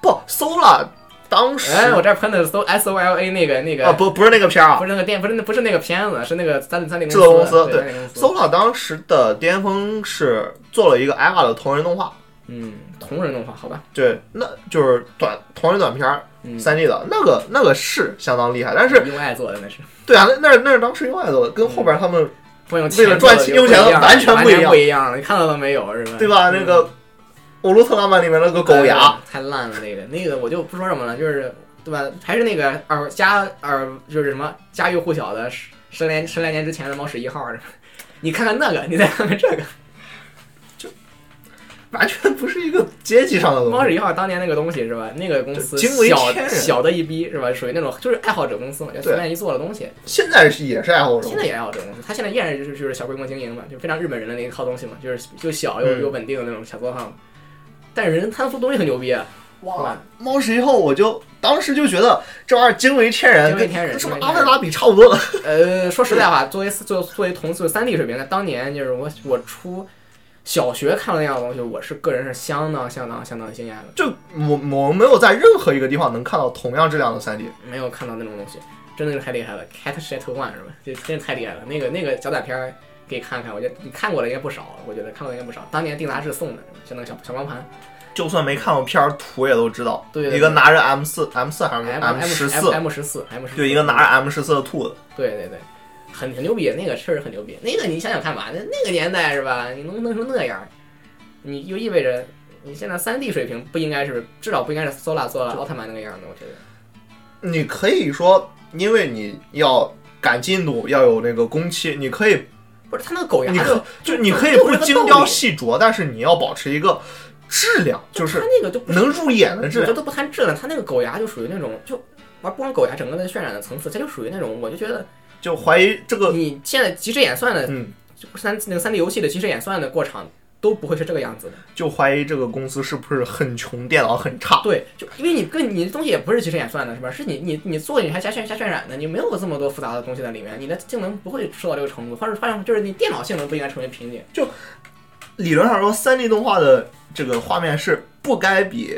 Speaker 1: 不，Sola 当时
Speaker 2: 哎，我这儿喷的是搜 S O L A 那个那个、
Speaker 1: 啊不不是那个片儿啊
Speaker 2: 不是那个电不是那不是那个片子，是那个三三零
Speaker 1: 制作公司
Speaker 2: 对
Speaker 1: 对
Speaker 2: 三菱公司
Speaker 1: ，Sola 当时的巅峰是做了一个 EVA 的同人动画。
Speaker 2: 嗯，同人动画好吧，
Speaker 1: 对，那就是短同人短片儿，
Speaker 2: 嗯，
Speaker 1: 三 D 的那个那个是相当厉害，但是
Speaker 2: 用爱做的那是，
Speaker 1: 对啊，那那是那是当时用爱做的，跟后边他们、
Speaker 2: 不用
Speaker 1: 为了赚钱用钱
Speaker 2: 做的就不一样
Speaker 1: 完全
Speaker 2: 完
Speaker 1: 不一样
Speaker 2: 全不一样了，你看到了没有是吧？嗯
Speaker 1: 对吧？那个《欧鲁特拉曼》里面那个狗牙，
Speaker 2: 哎太烂了，那个那个我就不说什么了，就是对吧？还是那个耳家耳就是什么家喻户晓的十十来十来年之前的猫屎一号儿，你看看那个，你再看看这个
Speaker 1: 完全不是一个阶级上的
Speaker 2: 猫
Speaker 1: 东
Speaker 2: 屎
Speaker 1: 西。
Speaker 2: 一号当年那个东西是吧？那个公司
Speaker 1: 就嗯惊为
Speaker 2: 小
Speaker 1: 天人
Speaker 2: 小的一逼是吧？属于那种就是爱好者公司嘛，就随便一做的东西。
Speaker 1: 现在是也是爱好者
Speaker 2: 现，在也爱好者公司，他现在依然就是就是小规模经营嘛，就非常日本人的那一套东西嘛，就是又小又
Speaker 1: 嗯
Speaker 2: 又稳定的那种小作坊嘛。但是人他做东西很牛逼啊，
Speaker 1: 哇！猫屎以后我就当时就觉得这玩意儿惊为天人，
Speaker 2: 惊为天人
Speaker 1: 跟什
Speaker 2: 惊
Speaker 1: 么
Speaker 2: 为天
Speaker 1: 阿
Speaker 2: 人
Speaker 1: 凡达比差不多了。
Speaker 2: 呃，说实在话，作为作为作为同作为三 D 水平，在当年就是我我初小学看到那样的东西，我是个人是相当相当相当惊讶的，
Speaker 1: 就我我们没有在任何一个地方能看到同样质量的三 D，
Speaker 2: 没有看到那种东西，真的是太厉害了。Cat Shat One 是吧？这真是太厉害了。那个那个小短片儿可以看看。我觉得你看过的应该不少，我觉得看过的应该不少。当年定杂志送的，就那个小小光盘
Speaker 1: 就算没看过片儿，图也都知道。
Speaker 2: 对对 M，M，
Speaker 1: 一个拿着 M 四 M 四还是
Speaker 2: ，M
Speaker 1: 嗯 M 十四，
Speaker 2: M 十四，M 十四，
Speaker 1: 对，一个拿着 M 十四的兔子，
Speaker 2: 对对对，很很牛逼，那个确实很牛逼。那个你想想看吧，那那个年代是吧？你能弄成那样儿，你就意味着你现在三 D 水平不应该是，至少不应该是索拉索拉奥特曼那个样的，我觉得。
Speaker 1: 你可以说，因为你要赶进度，要有那个工期，你可以，
Speaker 2: 不是他那个狗牙
Speaker 1: 你
Speaker 2: 就
Speaker 1: 可就你可以
Speaker 2: 就
Speaker 1: 不
Speaker 2: 是个
Speaker 1: 精
Speaker 2: 道
Speaker 1: 雕
Speaker 2: 理
Speaker 1: 细琢，但是你要保持一个质量，就
Speaker 2: 他
Speaker 1: 是
Speaker 2: 那个就不是
Speaker 1: 能啊入眼的质
Speaker 2: 我
Speaker 1: 量
Speaker 2: 觉。都不谈质量，他那个狗牙就属于那种就。玩不光狗牙，整个的渲染的层次，它就属于那种，我就觉得
Speaker 1: 就怀疑这个，
Speaker 2: 你现在极致演算的
Speaker 1: 嗯，
Speaker 2: 三那个三 D 游戏的极致演算的过场都不会是这个样子的。
Speaker 1: 就怀疑这个公司是不是很穷，电脑很差。
Speaker 2: 对，就因为你跟你的东西也不是极致演算的，是吧？是你你你做你还加渲加渲染的，你没有这么多复杂的东西在里面，你的性能不会受到这个程度，或者或者就是你电脑性能不应该成为瓶颈。
Speaker 1: 理论上说，三 D 动画的这个画面是不该比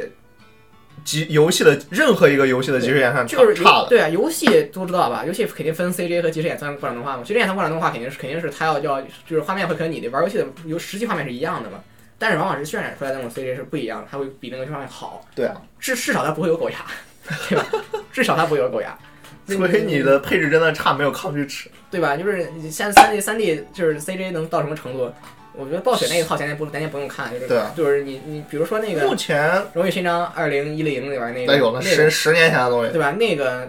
Speaker 1: 极游戏的任何一个游戏的极致演算差
Speaker 2: 就是
Speaker 1: 差
Speaker 2: 游
Speaker 1: 的。
Speaker 2: 对啊，游戏都知道吧？游戏肯定分 CJ 和极致演算过场动画嘛，极致演算过场动画肯定是肯定是它要要就是画面会和你的玩游戏的游实际画面是一样的嘛，但是往往是渲染出来的那种 CJ 是不一样的，它会比那个画面好，
Speaker 1: 对啊，
Speaker 2: 至至少它不会有狗牙，对吧？至少它不会有狗牙。
Speaker 1: 所以你的配置真的差没有抗锯齿。
Speaker 2: 对吧？就是你现在三 D 三 D 就是 CJ 能到什么程度？我觉得暴雪那一套咱也不咱也不用看，就是
Speaker 1: 对啊
Speaker 2: 就是你你比如说那个
Speaker 1: 目
Speaker 2: 《
Speaker 1: 前
Speaker 2: 荣誉勋章二零一零》里边
Speaker 1: 那
Speaker 2: 那个
Speaker 1: 有了
Speaker 2: 那
Speaker 1: 十
Speaker 2: 个
Speaker 1: 十年前的东西，
Speaker 2: 对吧？那个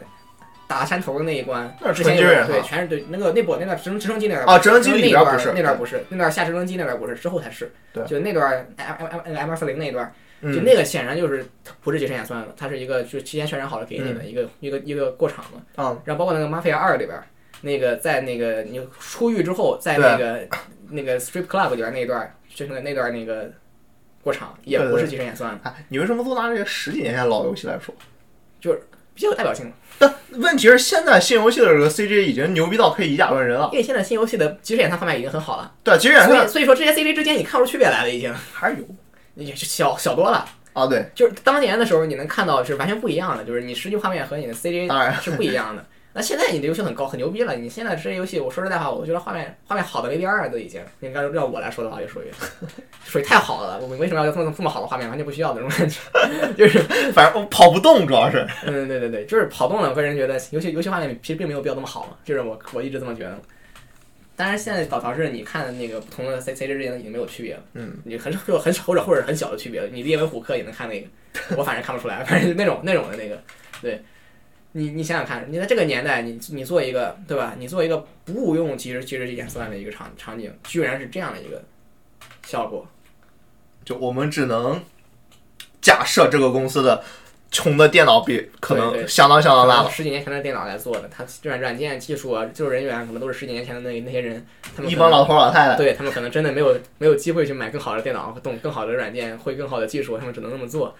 Speaker 2: 打山头的那一关
Speaker 1: 那，是
Speaker 2: 之前
Speaker 1: 纯
Speaker 2: 有
Speaker 1: 真人
Speaker 2: 对
Speaker 1: 啊
Speaker 2: 全是对那个那波那段直升直升机那段
Speaker 1: 啊直升机
Speaker 2: 那
Speaker 1: 里边
Speaker 2: 段
Speaker 1: 不是
Speaker 2: 那段不是那段下直升机那段不是之后才是，
Speaker 1: 对
Speaker 2: 就那段 M M M 二四零那一段，就
Speaker 1: 嗯
Speaker 2: 那个显然就是它不是极限演算的，它是一个就是提前渲染好了给你
Speaker 1: 嗯
Speaker 2: 的一个一个一个过场嘛。
Speaker 1: 啊，
Speaker 2: 然后包括那个《马菲亚二》里边儿，那个在那个你出狱之后，在那个那个 strip club 里边那一段儿，就是那那段儿那个过场，也
Speaker 1: 对对
Speaker 2: 不是
Speaker 1: 对
Speaker 2: 即时演算的，
Speaker 1: 哎，你为什么都拿这些十几年前的老游戏来说？
Speaker 2: 比较有代表性。
Speaker 1: 但问题是，现在新游戏的这个 CG 已经牛逼到可以以假乱人了。
Speaker 2: 因为现在新游戏的即时演算方面已经很好了，
Speaker 1: 对，其实演
Speaker 2: 所以
Speaker 1: 算
Speaker 2: 所以说这些 CG 之间你看不出区别来了，已经
Speaker 1: 还是有
Speaker 2: 你就小小多了。
Speaker 1: 啊，对，
Speaker 2: 就是当年的时候，你能看到是完全不一样的，就是你实际画面和你的 CG
Speaker 1: 当然
Speaker 2: 是不一样的。那现在你的游戏很高很牛逼了，你现在这些游戏，我说实在话，我觉得画面画面好的没边儿啊了都已经。应该要我来说的话，就属于属于太好了。我为什么要这么这么好的画面，完全不需要的那种感觉。就是，
Speaker 1: 反正我跑不动，主要是
Speaker 2: 嗯，对对对，就是跑动了。我个人觉得游戏游戏画面其实并没有必要那么好嘛，就是我我一直这么觉得。当然，现在导槽是你看那个不同的 C C G 之间已经没有区别了，
Speaker 1: 嗯，
Speaker 2: 你很少就很少或者或者很小的区别了。你列文虎克也能看那个，我反正看不出来，反正就那种那种的那个，对。你你想想看，你在这个年代，你你做一个对吧？你做一个不误用其实其实演算的一个场场景，居然是这样的一个效果，
Speaker 1: 就我们只能假设这个公司的穷的电脑比可
Speaker 2: 对
Speaker 1: 能
Speaker 2: 对
Speaker 1: 相当相当大哦了。
Speaker 2: 十几年前的电脑来做的，它软软件技术啊，技术人员可能都是十几年前的那那些人，他们
Speaker 1: 一
Speaker 2: 可
Speaker 1: 帮
Speaker 2: 能
Speaker 1: 老头老太太，
Speaker 2: 对他们可能真的没有没有机会去买更好的电脑、动更好的软件、会更好的技术，他们只能那么做。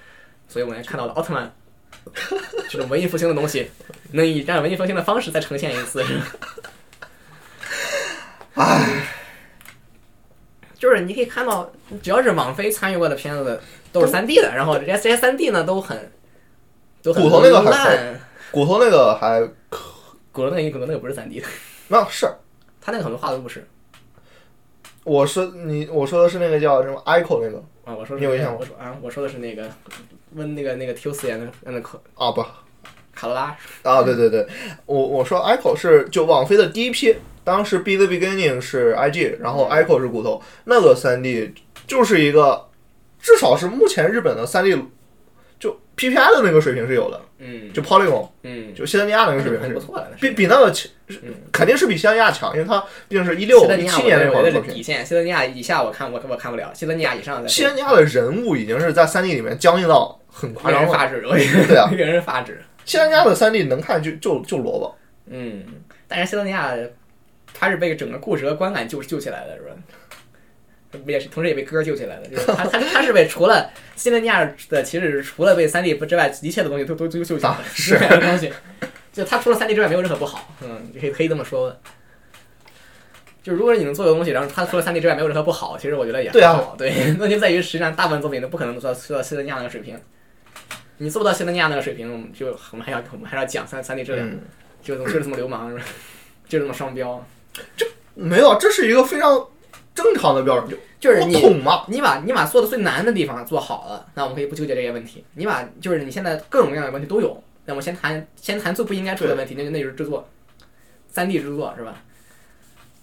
Speaker 2: 所以我们看到了奥特曼这种文艺复兴的东西，能以这样文艺复兴的方式再呈现一次。是吧 就是你可以看到，只要是网飞参与过的片子都是三 D 的，然后这些这些三 D 呢都很都很
Speaker 1: 骨头那个很
Speaker 2: 烂，
Speaker 1: 骨头那个还
Speaker 2: 骨头那个骨头那个不是三 D 的，
Speaker 1: 那、是，
Speaker 2: 他那个很多画都不是。
Speaker 1: 我说你我说的是那个叫什么 Echo 那个
Speaker 2: 啊，我说
Speaker 1: 你有印象吗
Speaker 2: 我说啊，我说的是那个问那个那个 Q 四演的那个
Speaker 1: 啊不
Speaker 2: 卡罗拉，
Speaker 1: 啊对对对，我我说 Echo 是就网飞的第一批，当时 Be the Beginning 是 IG，然
Speaker 2: 嗯
Speaker 1: 后 Echo 是骨头，那个三 D 就是一个至少是目前日本的三 D 就 PPI 的那个水平是有的，
Speaker 2: 嗯，
Speaker 1: 就 Polygon
Speaker 2: 嗯，
Speaker 1: 就西南利亚那个水平
Speaker 2: 还
Speaker 1: 是
Speaker 2: 是
Speaker 1: 有的
Speaker 2: 不错的，那是
Speaker 1: 比比那个强
Speaker 2: 嗯
Speaker 1: 肯定是比西南利亚强，因为它毕竟是一六
Speaker 2: 西德尼
Speaker 1: 一
Speaker 2: 亚
Speaker 1: 七
Speaker 2: 我
Speaker 1: 年
Speaker 2: 认
Speaker 1: 那
Speaker 2: 为
Speaker 1: 会儿
Speaker 2: 我这
Speaker 1: 的
Speaker 2: 是
Speaker 1: 作品。
Speaker 2: 底线，西德尼亚以下我看我我看不了，西德尼亚以上的
Speaker 1: 西南利亚的人物已经是在三 D 里面僵硬到很夸
Speaker 2: 令
Speaker 1: 张
Speaker 2: 人
Speaker 1: 了。
Speaker 2: 发指，我也
Speaker 1: 对 啊
Speaker 2: 令人发指，
Speaker 1: 西南利亚的三 D 能看就就就萝卜，
Speaker 2: 嗯，但是西德尼亚他是被整个故事和观感救救起来的，是吧？也是，同时也被歌救起来了。 就是他他他是被除了西德尼亚的，其实是除了被三 D 之外，一切的东西都都都救起来了
Speaker 1: 啊。是
Speaker 2: 这样的东西，就他除了三 D 之外没有任何不好。嗯，可以可以这么说吧。就如果你能做个东西，然后他除了三 D 之外没有任何不好，其实我觉得也
Speaker 1: 对啊
Speaker 2: 还好。对，问题在于实际上大部分作品都不可能做到做到西德尼亚那个水平。你做不到西德尼亚那个水平，我们就我们还要我们还要讲三三 D 质量。
Speaker 1: 嗯，
Speaker 2: 就这么就是这么流氓是吧？就这么双标，
Speaker 1: 没有，这是一个非常正常的标准，就
Speaker 2: 就是
Speaker 1: 我
Speaker 2: 你
Speaker 1: 捅嘛，
Speaker 2: 你把你把做的最难的地方做好了，那我们可以不纠结这些问题。你把就是你现在各种各样的问题都有，那我先谈先谈最不应该出的问题，那就那就是制作，三 D 制作是吧？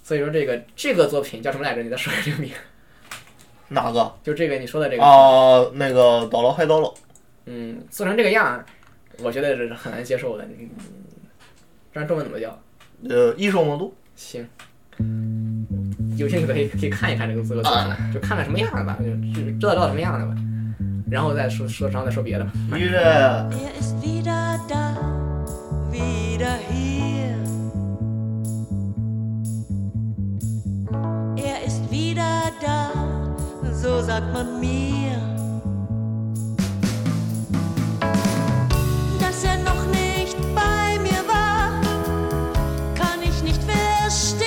Speaker 2: 所以说这个这个作品叫什么来着？你再说一下这个名，
Speaker 1: 哪个
Speaker 2: 就这个你说的这个，
Speaker 1: 啊、那个倒了嗨倒了，
Speaker 2: 嗯，做成这个样儿，我觉得这是很难接受的。你嗯不然中文怎么叫？
Speaker 1: 呃，易受魔都
Speaker 2: 行，有兴趣的可以可以看一看这个资格作品，就看看什么样儿吧，就知知道知道什么样儿了吧，然后再说说，然后再说别的吧。
Speaker 1: 乐
Speaker 5: Er ist wieder da, wieder hier. Er ist wieder da, so sagt man mir. Dass er noch nicht bei mir war, kann ich nicht verstehen.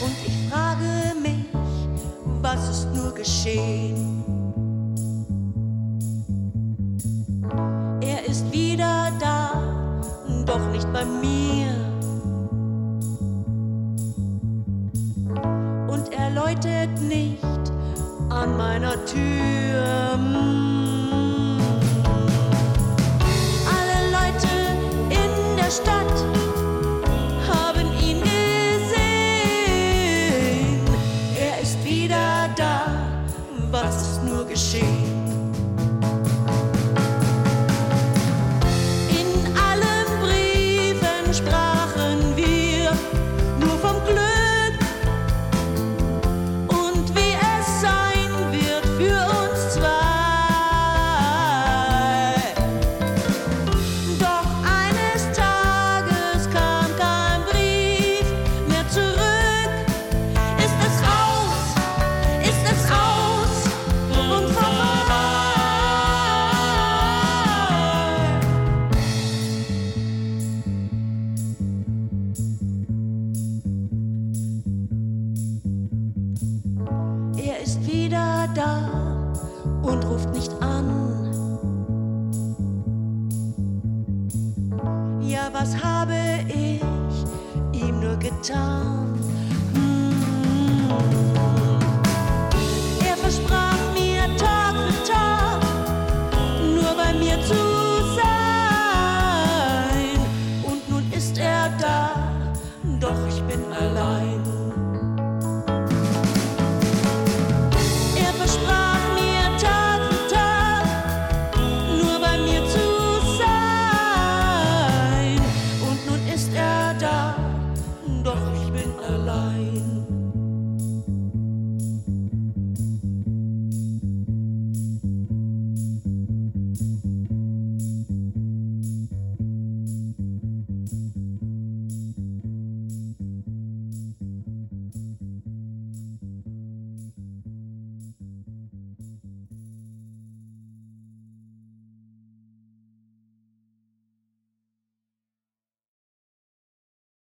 Speaker 5: Und ich frage mich, was ist nur geschehen? Er ist wieder da, doch nicht bei mir. Und er läutet nicht an meiner Tür. Mm. Alle Leute in der Stadt haben ihn gesehen. Er ist wieder da, was ist nur geschehen? In allen Briefen sprachen wir nur vom Glück und wie es sein wird für uns zwei. Doch eines Tages kam kein Brief mehr zurück. Ist es raus? Ist es raus und vorbei? Er ist wieder da und ruft nicht an. Ja, was habe ich ihm nur getan? Hm.